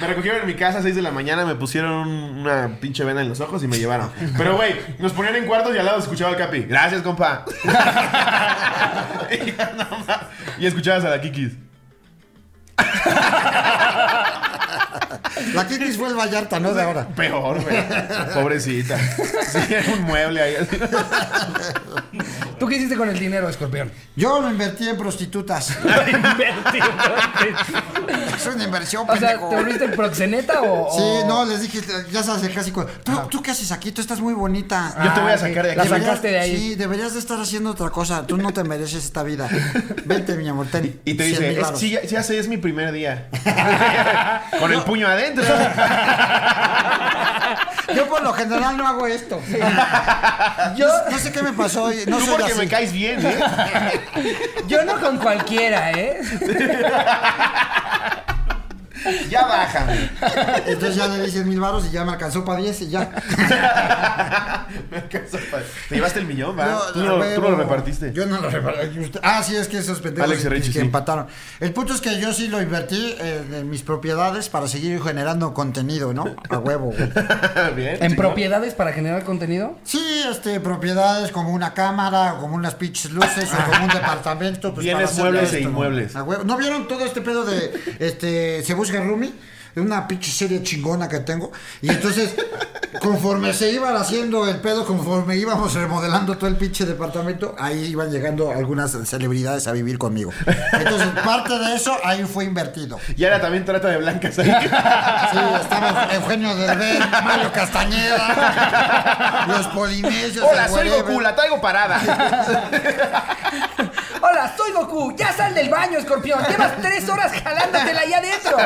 S2: me recogieron en mi casa a 6 de la mañana, me pusieron un- una pinche vena en los ojos y me llevaron. Pero, güey, nos ponían en cuartos y al lado escuchaba al Capi. Gracias, compa. [laughs] y, ya nada más. Y escuchabas a la Kikis.
S3: La Kikis fue el Vallarta, no de ahora.
S2: Peor, güey. Pobrecita. Sí, era un mueble ahí. así.
S1: ¿Tú qué hiciste con el dinero, escorpión?
S3: Yo lo invertí
S2: [laughs]
S3: en prostitutas. Es una inversión,
S1: O sea, ¿te
S3: pendejo.
S1: volviste el proxeneta o...?
S3: Sí,
S1: o-
S3: no, les dije, ya sabes el clásico. ¿Tú,
S2: Ah.
S3: ¿tú qué haces aquí? Tú estás muy bonita.
S2: Yo te voy
S1: Ah,
S2: a
S1: ok.
S2: sacar de
S1: La
S2: aquí.
S3: Deberías-
S1: sacaste de ahí.
S3: Sí, deberías de estar haciendo otra cosa. Tú no te mereces esta vida. Vente, mi amor, ten.
S2: Y te
S3: cien mil
S2: dice, es-
S3: varos.
S2: sí, ya, ya sé, es mi primer
S3: [laughs]
S2: día. [laughs] Con el puño adentro.
S3: Yo por lo general no hago esto. [laughs]
S1: Yo,
S3: No sé qué me pasó. No
S2: Tú
S3: soy
S2: porque
S3: así.
S2: me caes bien, ¿eh?
S1: yo no con cualquiera, ¿eh?
S2: Ya bájame.
S3: Entonces ya le di 100 mil varos y ya me alcanzó para 10 y ya.
S2: Me alcanzó pa- Te llevaste el millón, ¿va?
S3: No,
S2: tú, no,
S3: huevo.
S2: tú no lo repartiste.
S3: Yo no lo repartí. Usted- Ah, sí, es que esos pendejos
S2: Alex y
S3: que,
S2: Richie,
S3: que
S2: sí.
S3: empataron. El punto es que yo sí lo invertí eh, en mis propiedades para seguir generando contenido, ¿no? A huevo, güey.
S2: [laughs] bien.
S1: ¿En
S3: Em-
S2: chingón.
S1: propiedades para generar contenido?
S3: Sí, este, propiedades como una cámara, o como unas pinches luces, o como un departamento. Pues,
S2: Bienes,
S3: para hacer
S2: muebles
S3: esto,
S2: e
S3: ¿no?
S2: inmuebles.
S3: A huevo. ¿No vieron todo este pedo de este Se Busca Rumi? Una pinche serie chingona que tengo. Y entonces, conforme se iban haciendo el pedo, conforme íbamos remodelando todo el pinche departamento, ahí iban llegando algunas celebridades a vivir conmigo. Entonces, parte de eso ahí fue invertido.
S2: Y ahora también trata de blancas ahí.
S3: Sí, estaba
S2: [laughs]
S3: Eugenio Derbez, Mario Castañeda, los polinesios.
S2: Hola,
S3: el
S2: soy
S3: whatever.
S2: Goku, la traigo parada.
S3: [laughs]
S1: Hola, soy Goku. Ya sal del baño, escorpión. Llevas tres horas jalándotela allá adentro.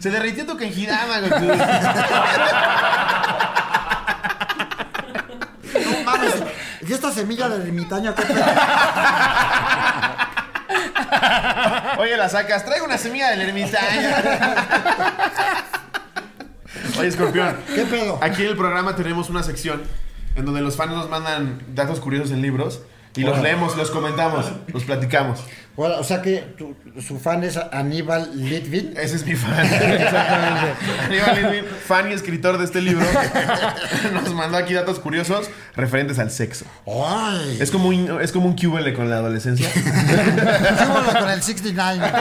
S2: Se derritió tu Kenjidama, Goku.
S3: No mames. [laughs] ¿Y esta semilla de ermitaño qué pedo?
S2: Oye, la sacas, traigo una semilla del ermitaño. Oye, escorpión.
S3: ¿Qué pedo?
S2: Aquí en el programa tenemos una sección en donde los fans nos mandan datos curiosos en libros y los leemos, los comentamos, los platicamos.
S3: Ahora, o sea que tu- su fan es Aníbal Litvin.
S2: Ese es mi fan. Aníbal Edwin, fan y escritor de este libro, [laughs] nos mandó aquí datos curiosos referentes al sexo.
S3: ¡Ay!
S2: Es como un, es como un QL con la adolescencia. [laughs]
S3: Fíjole con el 69.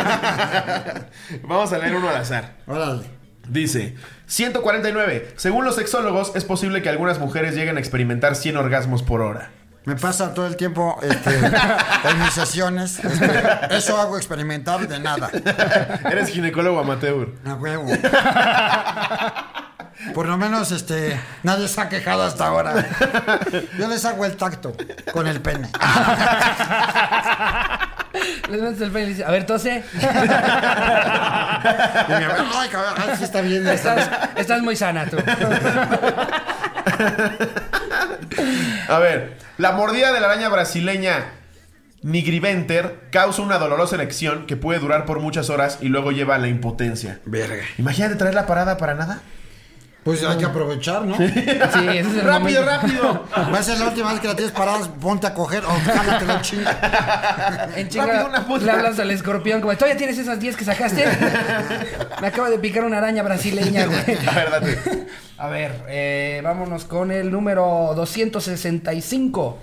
S2: Vamos a leer uno al azar.
S3: Órale.
S2: Dice 149. Según los sexólogos, es posible que algunas mujeres lleguen a experimentar 100 orgasmos por hora. [laughs]
S3: Me pasa todo el tiempo este, en mis sesiones. este, eso hago experimentar de nada.
S2: Eres ginecólogo amateur.
S3: A huevo. Por lo menos este, nadie se ha quejado hasta ahora. Yo les hago el tacto con el pene.
S1: [laughs] Les metes el pelo y dices, a ver, tose.
S3: Y me va, ay, cabrón, ay, sí está bien. está bien".
S1: Estás, estás muy sana tú.
S2: A ver, la mordida de la araña brasileña Nigriventer causa una dolorosa erección que puede durar por muchas horas y luego lleva a la impotencia.
S8: Verga.
S2: Imagínate traer la parada para nada.
S3: Pues hay que aprovechar, ¿no?
S1: Sí, ese es el
S2: rápido,
S1: momento.
S2: rápido.
S3: Va a ser la última vez que la tienes paradas, ponte a coger o jálatela un chingo.
S1: En chinga,
S2: Rápido, una puta.
S1: le hablas al escorpión como, ¿todavía tienes esas 10 que sacaste? Me acaba de picar una araña brasileña, güey.
S2: [laughs] A ver, date.
S1: A ver, eh, vámonos con el número 265.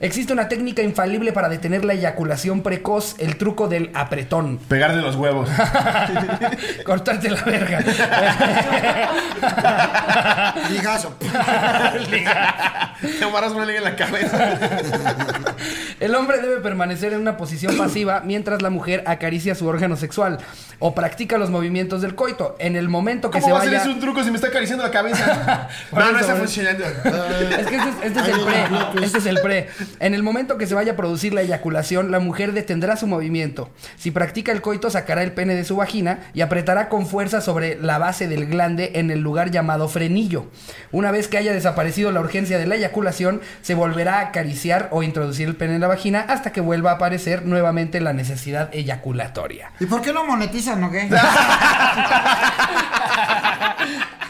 S1: Existe una técnica infalible para detener la eyaculación precoz, el truco del
S2: [laughs]
S1: apretón. [laughs]
S2: Pegarle los huevos.
S1: Cortarte la
S2: [laughs]
S1: verga.
S3: Ligazo.
S2: Te amarras una liga en la cabeza.
S1: El hombre debe permanecer en una posición pasiva mientras la mujer acaricia su órgano sexual o practica los movimientos del coito. En el momento que
S2: ¿Cómo
S1: se
S2: va a hacer
S1: vaya.
S2: eso un truco si me está acariciando la cabeza?
S1: [laughs] Por
S2: no, no
S1: eso,
S2: está
S1: por
S2: funcionando.
S1: [laughs] Es que este es, este es el pre. Este es el pre. En el momento que se vaya a producir la eyaculación, la mujer detendrá su movimiento. Si practica el coito, sacará el pene de su vagina y apretará con fuerza sobre la base del glande en el lugar llamado frenillo. Una vez que haya desaparecido la urgencia de la eyaculación, se volverá a acariciar o introducir el pene en la vagina hasta que vuelva a aparecer nuevamente la necesidad eyaculatoria. [laughs]
S3: ¿Y por qué no monetizan o qué?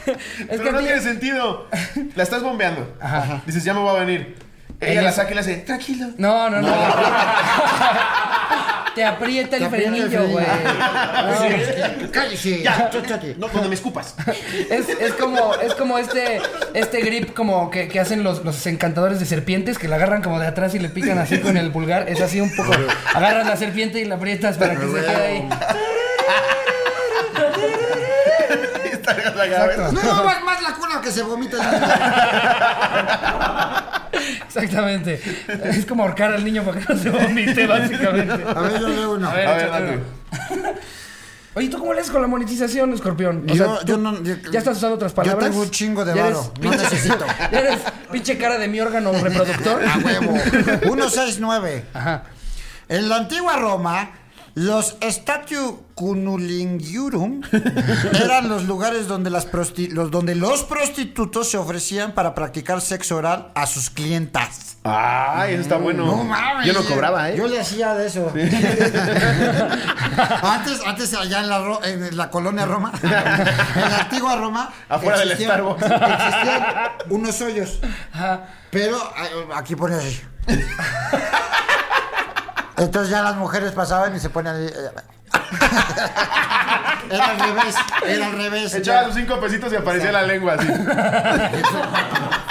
S1: Es
S2: Pero
S1: que
S2: no
S1: a ti-
S2: tiene sentido. La estás bombeando. Dices, ya me va a venir. Ella
S1: Ella-
S2: la saca y le hace,
S1: [laughs]
S2: tranquilo.
S1: No, no, no. Te aprieta el
S3: Te aprieta el
S1: frenillo, güey.
S3: Cállese.
S2: Ya.
S3: Chóchate.
S2: No, cuando me escupas. [laughs]
S1: Es, es como, es como este, este grip como que, que hacen los, los encantadores de serpientes que la agarran como de atrás y le pican así con el pulgar. Es así un poco. Agarras la serpiente y la aprietas para que se quede ahí.
S2: Y está en la cabeza.
S3: No, no, más- más la cuna que se vomita.
S1: Exactamente. Es como ahorcar al niño para que no se vomite, básicamente.
S3: A ver, yo leo uno.
S1: A ver,
S2: A ver,
S1: échate
S2: date.
S1: uno. [laughs] Oye, ¿tú cómo le haces con la monetización, escorpión? O
S3: Yo-
S1: sea,
S3: yo
S1: tú-
S3: no- yo-
S1: ya estás usando otras palabras.
S3: Yo tengo un chingo de
S1: Ya eres
S3: varo. No
S1: pinche-
S3: necesito.
S1: [laughs]
S3: Ah,
S1: ya eres pinche cara de mi
S3: [laughs]
S1: órgano reproductor.
S3: A [laughs] huevo. 169.
S1: Ajá.
S3: En la antigua Roma, los statu cunulingiurum [laughs] eran los lugares donde, las prosti- los, donde los prostitutos se ofrecían para practicar sexo oral a sus clientas.
S2: Ay, eso está bueno. Yo no cobraba, ¿eh?
S3: Yo le hacía de eso. [laughs] antes, antes allá en la, Ro- en la
S2: [laughs]
S3: colonia Roma, en la antigua Roma.
S2: Afuera del
S3: existían-
S2: Starbucks.
S3: Existían unos hoyos.
S1: Ajá.
S3: Pero a- aquí pone así. Entonces ya las mujeres pasaban y se ponían. ahí, eh, [laughs] Era al revés, era al revés.
S2: Echaba sus cinco pesitos y aparecía la lengua así.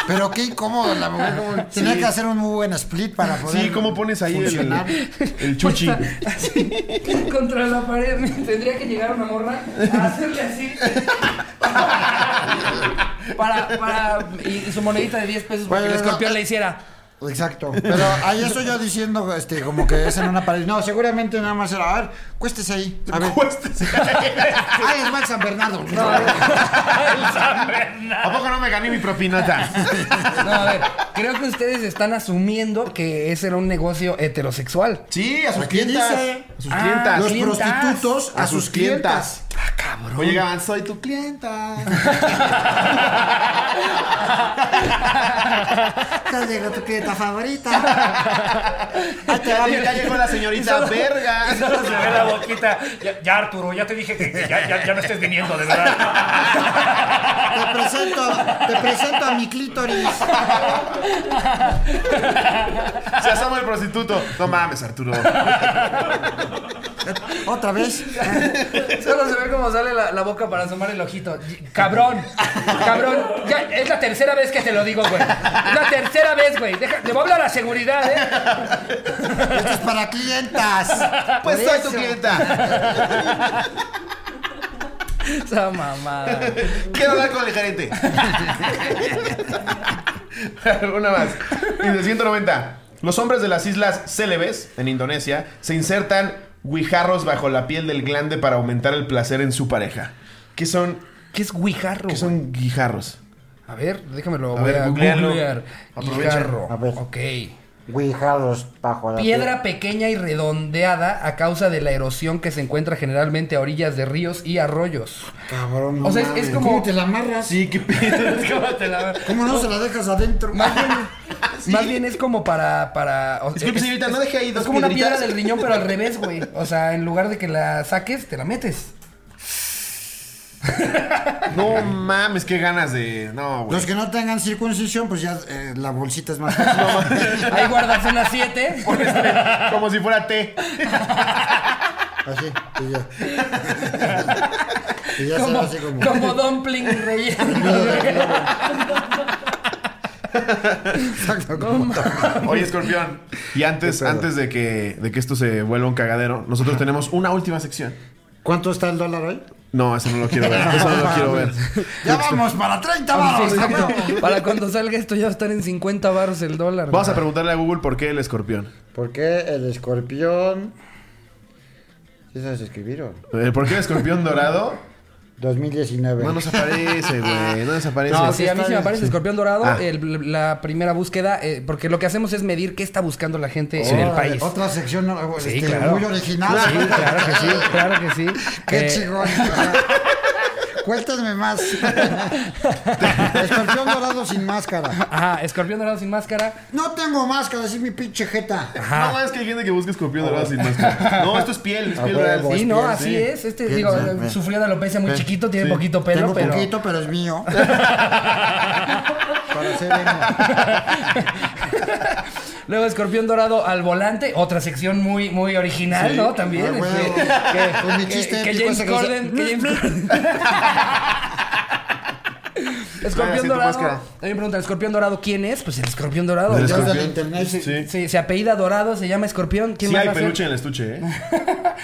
S3: Pero qué incómodo la mujer. como- Tenía que hacer un muy buen split para poder.
S2: Sí, ¿cómo pones ahí el,
S3: Funcionar.
S2: el chuchi?
S1: Así, [laughs] contra la pared. Tendría que llegar una morra a hacerle así. [laughs] Para, para, y su monedita de 10 pesos para que el
S3: Bueno,
S1: escorpión
S3: no.
S1: le hiciera.
S3: Exacto. Pero ahí estoy yo diciendo, este, como que es en una pared. No, seguramente nada más era. A ver, cuéstese ahí. A ver.
S2: Cuéstese.
S3: Ay, es Max San Bernardo.
S1: No, a ver.
S2: [laughs]
S1: [laughs]
S2: ¿A poco no me gané mi propinota?
S1: No, a ver. Creo que ustedes están asumiendo que ese era un negocio heterosexual.
S2: Sí, a sus
S3: Aquí
S2: clientas.
S3: dice.
S2: A sus
S1: Ah,
S2: clientas.
S3: Los
S1: clientas.
S3: prostitutos a, sus clientas.
S2: Ah, cabrón. Oye, Gaban, soy tu clienta.
S3: Te llegó tu clienta favorita. Ahí te va,
S2: ya llegó la
S3: [laughs]
S2: señorita verga.
S6: Se ve la boquita. Ya, ya, Arturo, ya te dije que, que ya, ya, ya no estés viniendo, de verdad.
S3: Te presento, te presento a mi clítoris.
S2: Se asoma el prostituto. No mames, Arturo.
S3: Otra vez.
S1: [laughs] Solo se ve cómo sale la, la boca para asomar el ojito. Cabrón, cabrón. Ya, es la tercera vez que te lo digo, güey. Es la tercera vez, güey. Deja- Le voy a hablar a la seguridad, ¿eh?
S3: Esto es para clientas.
S2: Pues
S3: Por
S2: soy
S3: eso.
S2: tu clienta.
S1: Esa mamada.
S2: Quiero hablar con el gerente. [laughs] Una más. Y de 190. Los hombres de las islas Celebes, en Indonesia, se insertan guijarros bajo la piel del glande para aumentar el placer en su pareja. ¿Qué son,
S1: ¿Qué es guijarro?
S2: qué son guijarros?
S1: A ver, déjamelo.
S2: A
S1: voy
S2: ver,
S1: a
S2: googlealo.
S1: googlear.
S2: Aprovecha.
S1: Guijarro.
S3: A ver.
S1: Ok.
S3: Guijados bajo la
S1: Piedra pequeña y redondeada a causa de la erosión que se encuentra generalmente a orillas de ríos y
S2: [laughs]
S1: arroyos. [laughs]
S3: piel. Cabrón.
S1: O sea, es-
S3: mames.
S1: es como-
S3: ¿Cómo te la amarras?
S2: Sí, qué pedo.
S1: ¿Cómo te la-
S3: ¿Cómo no se la dejas adentro?
S1: Más bien, más bien es como para. para o sea,
S2: Disculpe,
S1: es-
S2: señorita,
S1: es-
S2: ¿no dejé ahí dos
S1: Es como una piedra del
S2: piedritas?
S1: riñón, pero al revés, güey. O sea, en lugar de que la saques, te la metes.
S2: [laughs] No mames, qué ganas de. No, güey.
S3: Los que no tengan circuncisión, pues ya eh, la bolsita es más fácil.
S1: Ahí guardas una 7.
S2: Como si fuera té.
S3: Así, y Ah,
S1: [laughs]
S3: ya. Y ya se
S1: Como,
S3: va así como.
S1: como dumpling relleno.
S3: Exacto, como-
S2: Oye, escorpión. Y antes, antes de que, de que esto se vuelva un cagadero, nosotros tenemos una última sección
S3: ¿Cuánto está el dólar hoy?
S2: No, eso no lo quiero ver. Eso no lo quiero
S3: [laughs]
S2: ver.
S3: Ya vamos para 30 baros.
S1: Exacto. Para cuando salga esto ya va a estar en 50 baros el dólar.
S2: Vamos a
S1: güey.
S2: preguntarle a Google por qué el escorpión.
S3: ¿Por qué el escorpión? ¿Sí sabes escribir o?
S2: Eh, ¿Por qué el escorpión dorado?
S3: 2019.
S2: No nos aparece, güey. No nos aparece.
S1: No, sí, a mí sí me aparece escorpión dorado.
S2: Ah.
S1: el- la primera búsqueda, eh, porque lo que hacemos es medir qué está buscando la gente en el
S3: Órale,
S1: país.
S3: Otra sección no,
S1: Sí,
S3: este,
S1: claro.
S3: muy original.
S1: Sí, claro que sí, claro que sí.
S3: [laughs] Qué
S1: Eh, [laughs]
S3: chingón. Cuéntame más. Escorpión dorado sin máscara.
S1: Ajá, escorpión dorado sin máscara.
S3: No tengo máscara, es mi pinche jeta.
S2: No, es que hay gente que busca escorpión dorado sin máscara. No, esto es piel, es piel real.
S1: Sí,
S3: Pues
S1: no,
S3: bien,
S1: así
S2: sí.
S1: es. Este,
S3: Bien,
S1: digo,
S3: bien, bien.
S1: sufrió de alopecia muy chiquito, tiene
S2: sí.
S1: poquito pelo,
S3: tengo
S1: pero.
S3: poquito, pero es
S1: [laughs]
S3: mío. Para ser emo.
S1: Luego escorpión dorado al volante, otra sección muy, muy original, ¿no? También.
S3: Ah,
S1: este,
S3: huevo.
S1: que-
S3: Con mi
S1: que-
S3: chiste
S1: que,
S3: épico
S1: James
S3: ese que
S1: Corden. que James
S3: [laughs]
S1: Corden.
S2: Ah, sí,
S1: escorpión
S2: tu
S1: dorado.
S2: máscara.
S1: A mí me preguntan, ¿escorpión dorado quién es? Pues el escorpión dorado.
S2: El
S1: Ya-
S3: Yo
S2: escorpión.
S3: del internet.
S2: Sí.
S1: Sí, se apellida dorado, se llama escorpión. ¿Quién
S2: Sí
S1: más
S2: hay
S1: va a ser?
S2: peluche en el
S1: [laughs]
S2: estuche, ¿eh?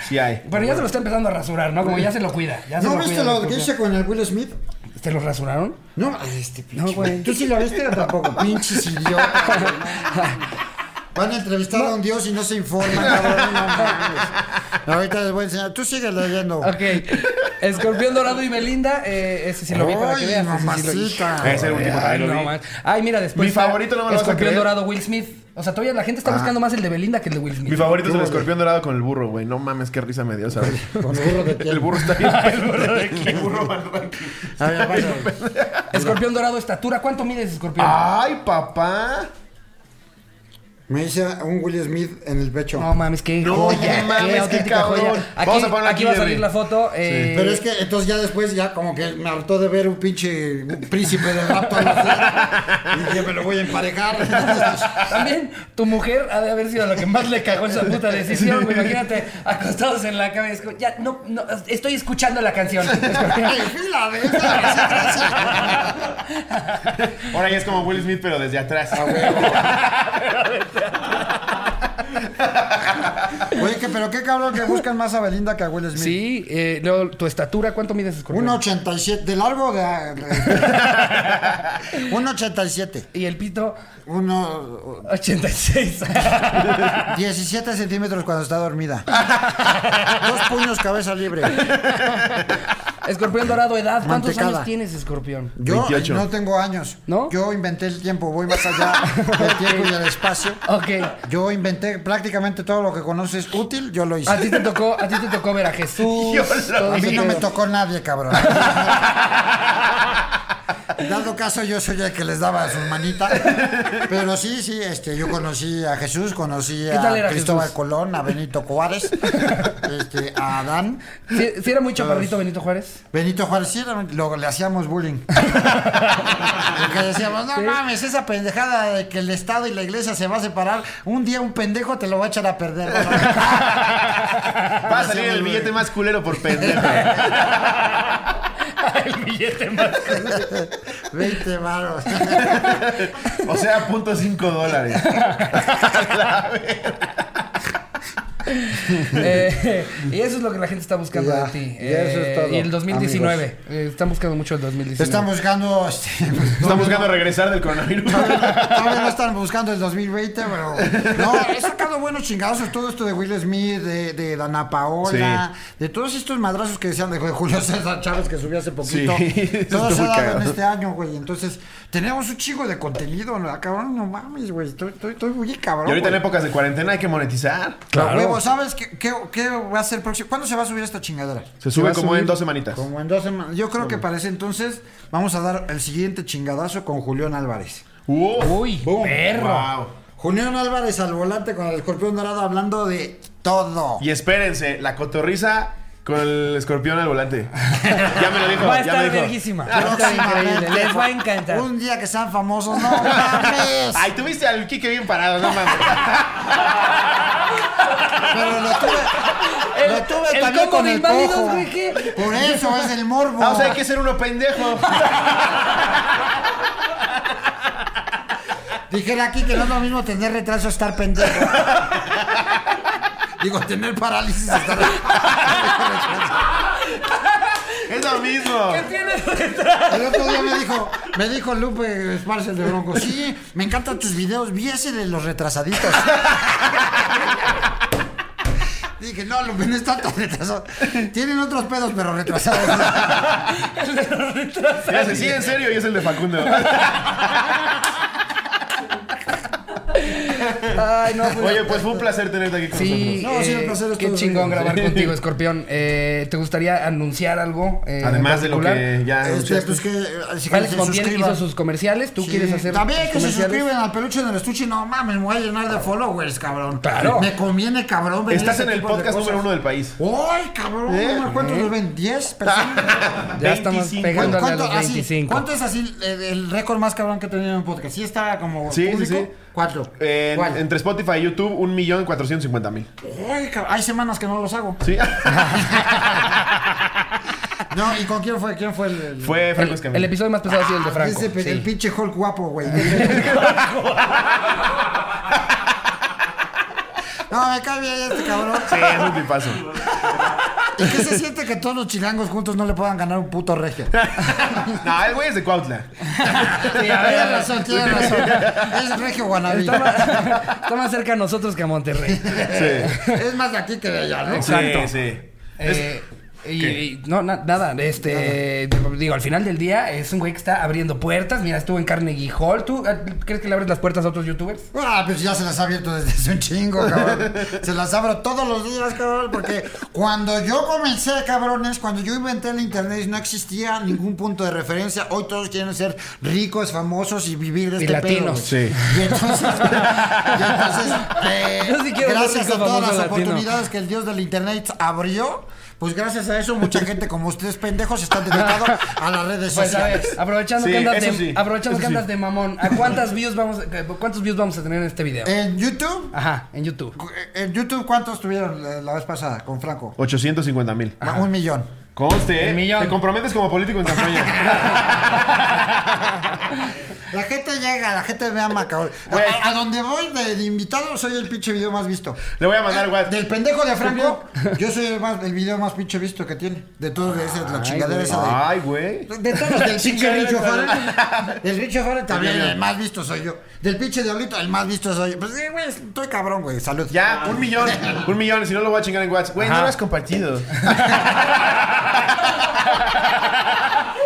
S2: Sí hay.
S1: Pero ya se lo está empezando a rasurar, ¿no? Como ya se lo cuida. ya se
S3: ¿No
S1: lo
S3: viste
S1: cuida el
S3: lo que
S1: escorpión.
S3: hice con el Will Smith?
S1: ¿Te lo rasuraron?
S3: No, este pinche.
S1: No, güey.
S3: ¿Tú sí lo viste o tampoco?
S1: [laughs]
S3: Pinches idiotas. güey. Van a entrevistar a un dios y no se informan, cabrón.
S1: [laughs]
S3: no mames. Ahorita les voy a enseñar. Tú sigue leyendo.
S1: Ok. Escorpión dorado y Belinda, eh, ese sí lo vi para que
S3: Ay,
S1: veas. ese sí lo vi.
S3: mamacita.
S2: Ese era un tipo.
S1: Ay,
S2: Ahí lo
S1: no,
S2: vi.
S1: man. Ay, mira, después.
S2: Mi
S1: está
S2: favorito, no me lo vas a
S1: Escorpión
S2: creer. Ah.
S1: dorado, Will Smith. O sea, todavía la gente está buscando más el de Belinda que el de Will Smith.
S2: Mi favorito es el escorpión dorado con el burro, güey. No mames, qué risa me dio, ¿sabes?
S3: Con el burro de piel.
S2: El burro está bien. el [laughs] burro de qué? El burro más
S3: A ver, bueno.
S1: Escorpión dorado, estatura. ¿Cuánto mides, escorpión?
S2: Ay, papá.
S3: Me hice un Will Smith en el pecho.
S1: No mames, qué
S2: No
S1: joya.
S2: mames, qué
S1: auténtica
S2: cabrón.
S1: Aquí,
S2: Vamos a ponerla
S1: aquí
S2: aquí,
S1: va a
S2: Jerry.
S1: salir la foto. eh,
S3: Pero es que entonces ya después ya como que me hartó de ver un pinche príncipe de rap toda la vida. Y que me lo voy a emparejar.
S1: [laughs]
S3: [laughs]
S1: También tu mujer ha de haber sido lo que más le cagó esa puta decisión, güey. Imagínate, acostados en la cama y escu- ya, no, no, estoy escuchando la canción. Escorpión.
S2: [laughs]
S3: Ay, fila de esa.
S2: Ahora ya es como Will Smith, pero desde atrás.
S3: Oye, que, pero qué cabrón que buscan más a Belinda que a Will Smith.
S1: Sí, eh, luego, tu estatura, ¿cuánto mides, escorpión?
S3: 1.87 de largo de. 1.87.
S1: Y el pito,
S3: 1.
S1: 86.
S3: 17 centímetros cuando está dormida. Dos puños, cabeza libre.
S1: [laughs] Escorpión dorado, edad. ¿Cuántos
S3: Mantecada.
S1: años tienes, escorpión?
S3: Yo eh,
S2: 28.
S3: no tengo años.
S1: ¿No?
S3: Yo inventé el tiempo, voy más allá del tiempo y del espacio.
S1: Ok.
S3: Yo inventé prácticamente todo lo que conoces útil, yo lo hice.
S1: A ti te tocó, a ti te tocó ver a Jesús.
S2: Yo lo-
S1: todo
S3: A
S1: ese
S3: mí no me
S1: pedo.
S3: tocó nadie, cabrón. Dado caso, yo soy el que les daba sus manitas. Pero sí, sí, este, yo conocí a Jesús, conocí
S1: tal era
S3: a Cristóbal
S1: Jesús?
S3: Colón, a Benito Juárez, este, a Adán.
S1: ¿Sí, sí era muy chaparrito Benito
S3: [laughs]
S1: Juárez?
S3: Benito Juárez, sí, era- lo, le hacíamos bullying. Porque decíamos, no mames, esa pendejada de que el Estado y la iglesia se va a separar, un día un pendejo te lo va a echar a perder.
S2: Va a salir el billete más culero por pendejo.
S9: El billete más.
S3: 20 varos.
S2: O sea, punto cinco dólares.
S1: Eh, y eso es lo que la gente está buscando
S3: Ya,
S1: de ti. Eh,
S3: ya eso es todo,
S1: y el 2019. Eh, están buscando mucho el 2019.
S3: Están buscando. este, [laughs]
S2: Están buscando regresar del coronavirus.
S3: Todavía no están buscando el 2020, pero. No, he sacado buenos chingazos. Todo esto de Will Smith, de, de Dana Paola, de todos estos madrazos que decían de Julio César Chávez que subió hace poquito.
S2: Sí, [laughs] eso
S3: Todo
S2: está
S3: se ha
S2: muy
S3: dado
S2: cagado.
S3: en este año, güey. Entonces, tenemos un chingo de contenido, ¿no? Ah, cabrón. No mames, güey. Estoy, estoy, estoy muy cabrón.
S2: Y ahorita en
S3: güey.
S2: épocas de cuarentena hay que monetizar.
S3: Pero, huevo, ¿sabes qué, qué, qué va a ser próximo? ¿Cuándo se va a subir esta chingadera?
S2: Se sube como en dos semanitas.
S3: Como en dos semanas. Yo creo que para ese entonces vamos a dar el siguiente chingadazo con Julián Álvarez.
S2: Uf.
S1: Uy, perro.
S2: Wow.
S3: Julián Álvarez al volante con el escorpión dorado hablando de todo.
S2: Y espérense, la cotorriza con el escorpión al volante. Ya me lo dijo.
S1: Va a
S2: ya me
S1: estar
S2: lo dijo.
S1: verguísima. Va a estar Ah, increíble. Les va a encantar.
S3: Un día que sean famosos,
S1: [laughs]
S3: no mames.
S2: Ay, tuviste al Kike bien parado, no mames.
S3: Pero lo tuve,
S1: El-
S3: lo tuve
S1: el
S3: también
S1: combo
S3: con
S1: de
S3: el
S1: inválidos,
S3: cojo.
S1: güey, ¿qué?
S3: Por eso es
S1: [laughs]
S3: el morbo.
S2: Ah, o sea, hay que ser uno pendejo.
S1: [laughs]
S3: Dijera aquí que no es lo mismo tener retraso estar pendejo. Digo, tener parálisis está...
S2: Es lo mismo.
S3: El otro día me dijo, me dijo Lupe Esparce el de Bronco, sí, me encantan tus videos, vi ese de los retrasaditos. [laughs] Dije, no, Lupe, no está tan retrasado. Tienen otros pedos, pero retrasados.
S2: Ya sé, sí, en serio, y es el de Facundo.
S1: Ay, no, pues-
S2: Oye, pues fue un placer tenerte aquí con
S1: Sí,
S3: No, sí,
S1: eh,
S3: el placer es
S1: qué
S3: todo
S1: chingón
S3: mío.
S1: grabar contigo, Escorpión. Eh, ¿Te gustaría anunciar algo? eh,
S2: nosotros. Además de lo
S1: particular?
S2: que ya
S3: Este,
S2: anunciaste.
S3: pues que, eh, si
S1: Alex
S3: se
S1: Montiel
S3: suscriban.
S1: hizo sus comerciales. ¿Tú
S3: Sí.
S1: quieres hacer
S3: También que
S1: tus
S3: se
S1: comerciales?
S3: suscriben al peluche del estuche. No mames, me voy a llenar de followers, cabrón.
S1: Claro.
S3: Me conviene, cabrón. venir
S2: Estás
S3: a ese
S2: en el
S3: pues, este tipo de
S2: podcast
S3: cosas.
S2: número uno ¿Eh? del país.
S3: ¡Ay, cabrón! ¿Cuántos nos ven? ¿10
S2: [laughs]
S3: personas?
S1: Ya estamos
S2: 25.
S1: pegándole a
S3: ¿Cuánto,
S1: los
S3: así,
S1: 25.
S3: ¿Cuánto es así el, el récord más cabrón que he tenido en podcast? ¿Sí está como
S2: Sí, sí,
S3: público?
S2: sí.
S3: Cuatro.
S2: En-
S3: ¿Cuál?
S2: entre Spotify y YouTube, un millón cuatrocientos cincuenta mil.
S3: Ay, cabrón, hay semanas que no los hago.
S1: [laughs]
S2: Sí.
S3: [laughs] No, ¿y con quién fue? ¿Quién fue el...? el-
S2: Fue Franco
S1: El,
S2: Escamilla.
S1: el episodio más pesado ha sido el de Franco.
S3: Ese pe-
S1: sí.
S3: Ah, El
S1: [laughs]
S3: pinche Hulk guapo, güey. No, me cae bien este cabrón.
S2: Sí, es un tipazo.
S3: ¿Y qué se siente que todos los chilangos juntos no le puedan ganar un puto regio?
S2: no, el güey es de Cuautla.
S1: Sí, a ver, a
S3: Tiene
S1: ver.
S3: razón, tiene razón. Es regio guanabí.
S1: Está más, [laughs] está más cerca a nosotros que a
S3: [laughs]
S1: Monterrey.
S2: Sí.
S3: Es más de aquí que de allá, ¿no?
S1: Exacto.
S2: Sí, sí.
S1: Eh, y,
S2: ¿Qué?
S1: y- no, na- nada, este, digo, al final del día es un güey que está abriendo puertas. Mira, estuvo en Carnegie Hall. ¿Tú ah, crees que le abres las puertas a otros youtubers?
S3: Ah, pues ya se las ha abierto desde hace un chingo, cabrón. Se las abro todos los días, cabrón, porque cuando yo comencé, cabrones, cuando yo inventé el internet no existía ningún punto de referencia. Hoy todos quieren ser ricos, famosos y vivir de
S1: Y
S3: este pedo.
S1: latinos.
S3: güey.
S2: Sí.
S3: Y entonces, [laughs] y entonces, eh,
S1: Yo sí quiero ser
S3: gracias
S1: rico,
S3: a todas
S1: famoso,
S3: las
S1: latino.
S3: oportunidades que el dios del internet abrió, pues gracias a eso mucha gente como ustedes pendejos están dedicado a las redes
S1: Pues a
S3: sociales.
S1: ver, aprovechando
S2: Sí,
S1: que andas,
S2: eso
S1: de,
S2: sí,
S1: aprovechando
S2: eso
S1: que andas
S2: sí.
S1: de mamón, ¿a cuántas views vamos, eh, cuántos views vamos a tener en este video?
S3: En YouTube,
S1: Ajá, en YouTube.
S3: en YouTube ¿cuántos tuvieron la la vez pasada con Franco?
S2: 850 mil.
S3: Ma- Un millón.
S2: Conste,
S1: El
S2: ¿eh?
S1: millón.
S2: Te comprometes como político en campaña.
S3: La gente llega, la gente me ama, cabrón.
S2: Güey.
S3: A, a donde voy de, de invitado soy el pinche video más visto.
S2: Le voy a mandar
S3: Eh,
S2: WhatsApp.
S3: Del pendejo de Franco, yo soy el, más, el video más pinche visto que tiene. De todo ese, la chingadera esa de...
S2: Ay, güey.
S3: De todos, del pinche
S2: Chingadera,
S3: Richo Farrell. Del Richo Farrell también,
S2: También.
S3: el más visto soy yo. Del pinche Diablito, el más visto soy yo. Pues, eh, güey, estoy cabrón, güey. Salud. Ah.
S2: Ya, un millón. Un millón, si no lo voy a chingar en WhatsApp. Güey, no lo
S1: [laughs]
S2: has compartido.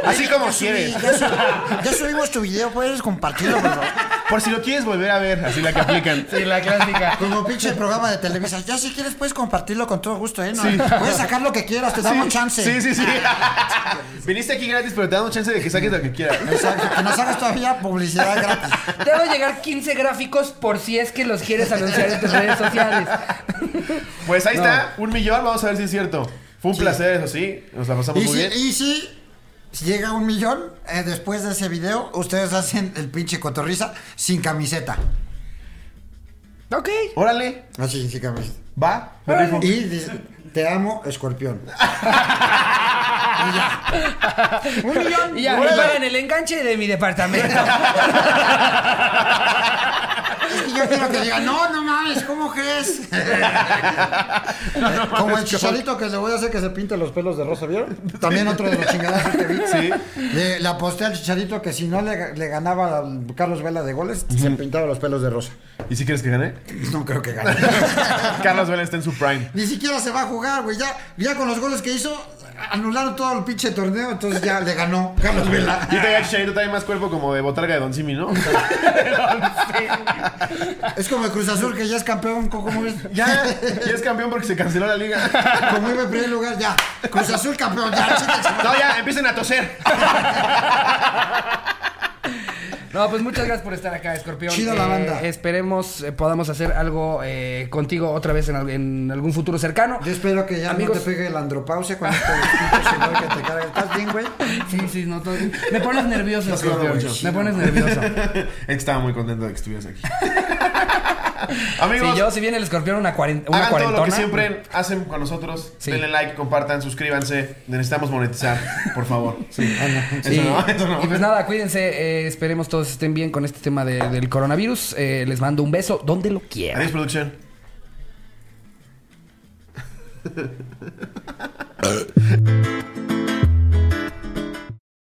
S2: Así como
S3: Ya subí-
S2: quieres.
S3: Ya, subí- ya subimos tu video, puedes compartirlo, por favor.
S2: Por si lo quieres volver a ver, así la que aplican.
S1: Sí, la clásica.
S3: Como pinche programa de Televisa. Ya si quieres puedes compartirlo con todo gusto, ¿eh? No, Puedes sacar lo que quieras, te damos chance.
S2: Sí,
S3: Ah.
S2: sí, sí. [laughs] Viniste aquí gratis, pero te damos chance de que saques lo que quieras.
S3: Exacto, que nos hagas todavía publicidad gratis.
S1: Te van a llegar 15 gráficos por si es que los quieres anunciar en tus redes sociales.
S2: Pues ahí está, un millón, vamos a ver si es cierto. Fue un placer, eso sí. Nos la pasamos
S3: Y
S2: Pues muy
S3: si,
S2: bien.
S3: y si si llega a un millón, eh, después de ese video, ustedes hacen el pinche cotorriza sin camiseta.
S1: Ok.
S2: Órale,
S3: Así, sin camiseta.
S2: va. me rifo.
S3: Y dice, te amo, escorpión.
S1: Un millón. Y ya, me
S2: Órale.
S1: pagan el enganche de mi departamento.
S3: Es que yo quiero que digan, no, no mames, ¿cómo [laughs] crees? Eh, Como el chicharito que le voy a hacer que se pinte los pelos de rosa, ¿vieron? También otro de los chingadazos que vi. Le, le aposté al chicharito que si no le, le ganaba a Carlos Vela de goles, se pintaba los pelos de rosa.
S2: ¿Y si quieres que
S3: [laughs]
S2: gane?
S3: No creo que gane.
S2: Carlos Vela está en su prime.
S3: [laughs] Ni siquiera se va a jugar, güey. Ya, ya con los goles que hizo, anularon todo el pinche torneo, entonces ya le ganó Carlos Vela.
S2: Y todavía Chicharito trae más cuerpo como de botarga de Don Simi, ¿no?
S3: Es como el Cruz Azul que ya es campeón, ¿cómo ves?
S2: Ya, ya es campeón porque se canceló la liga.
S3: [laughs] Como iba en primer lugar, ya. Cruz Azul campeón, ya, chicas.
S2: No, ya, empiecen a toser.
S1: No, pues muchas gracias por estar acá, Escorpión. Eh,
S3: Chido la banda.
S1: Esperemos eh, podamos hacer algo eh, contigo otra vez en, al- en algún futuro cercano.
S3: Yo espero que ya
S1: Amigos.
S3: no te pegue la andropausia cuando te [laughs] pinche señor que te carga. ¿Estás bien, güey?
S1: Sí, sí, no, todo bien. Me pones nervioso,
S2: quiero
S1: Escorpión.
S2: mucho.
S1: Me pones
S2: [laughs]
S1: nervioso.
S2: Estaba muy contento de que
S1: [laughs]
S2: estuvieras aquí. Amigos,
S1: Si yo, si viene el escorpión una, cuaren- una
S2: hagan
S1: cuarentona.
S2: todo lo que siempre hacen con nosotros.
S1: Sí.
S2: Denle like, compartan, suscríbanse. Necesitamos monetizar, por favor. Sí.
S1: Sí.
S2: Eso no, [laughs] eso no.
S1: Y pues nada, cuídense. eh, esperemos todos estén bien con este tema de- del coronavirus. Eh, les mando un beso donde lo quieran.
S2: Adiós, producción.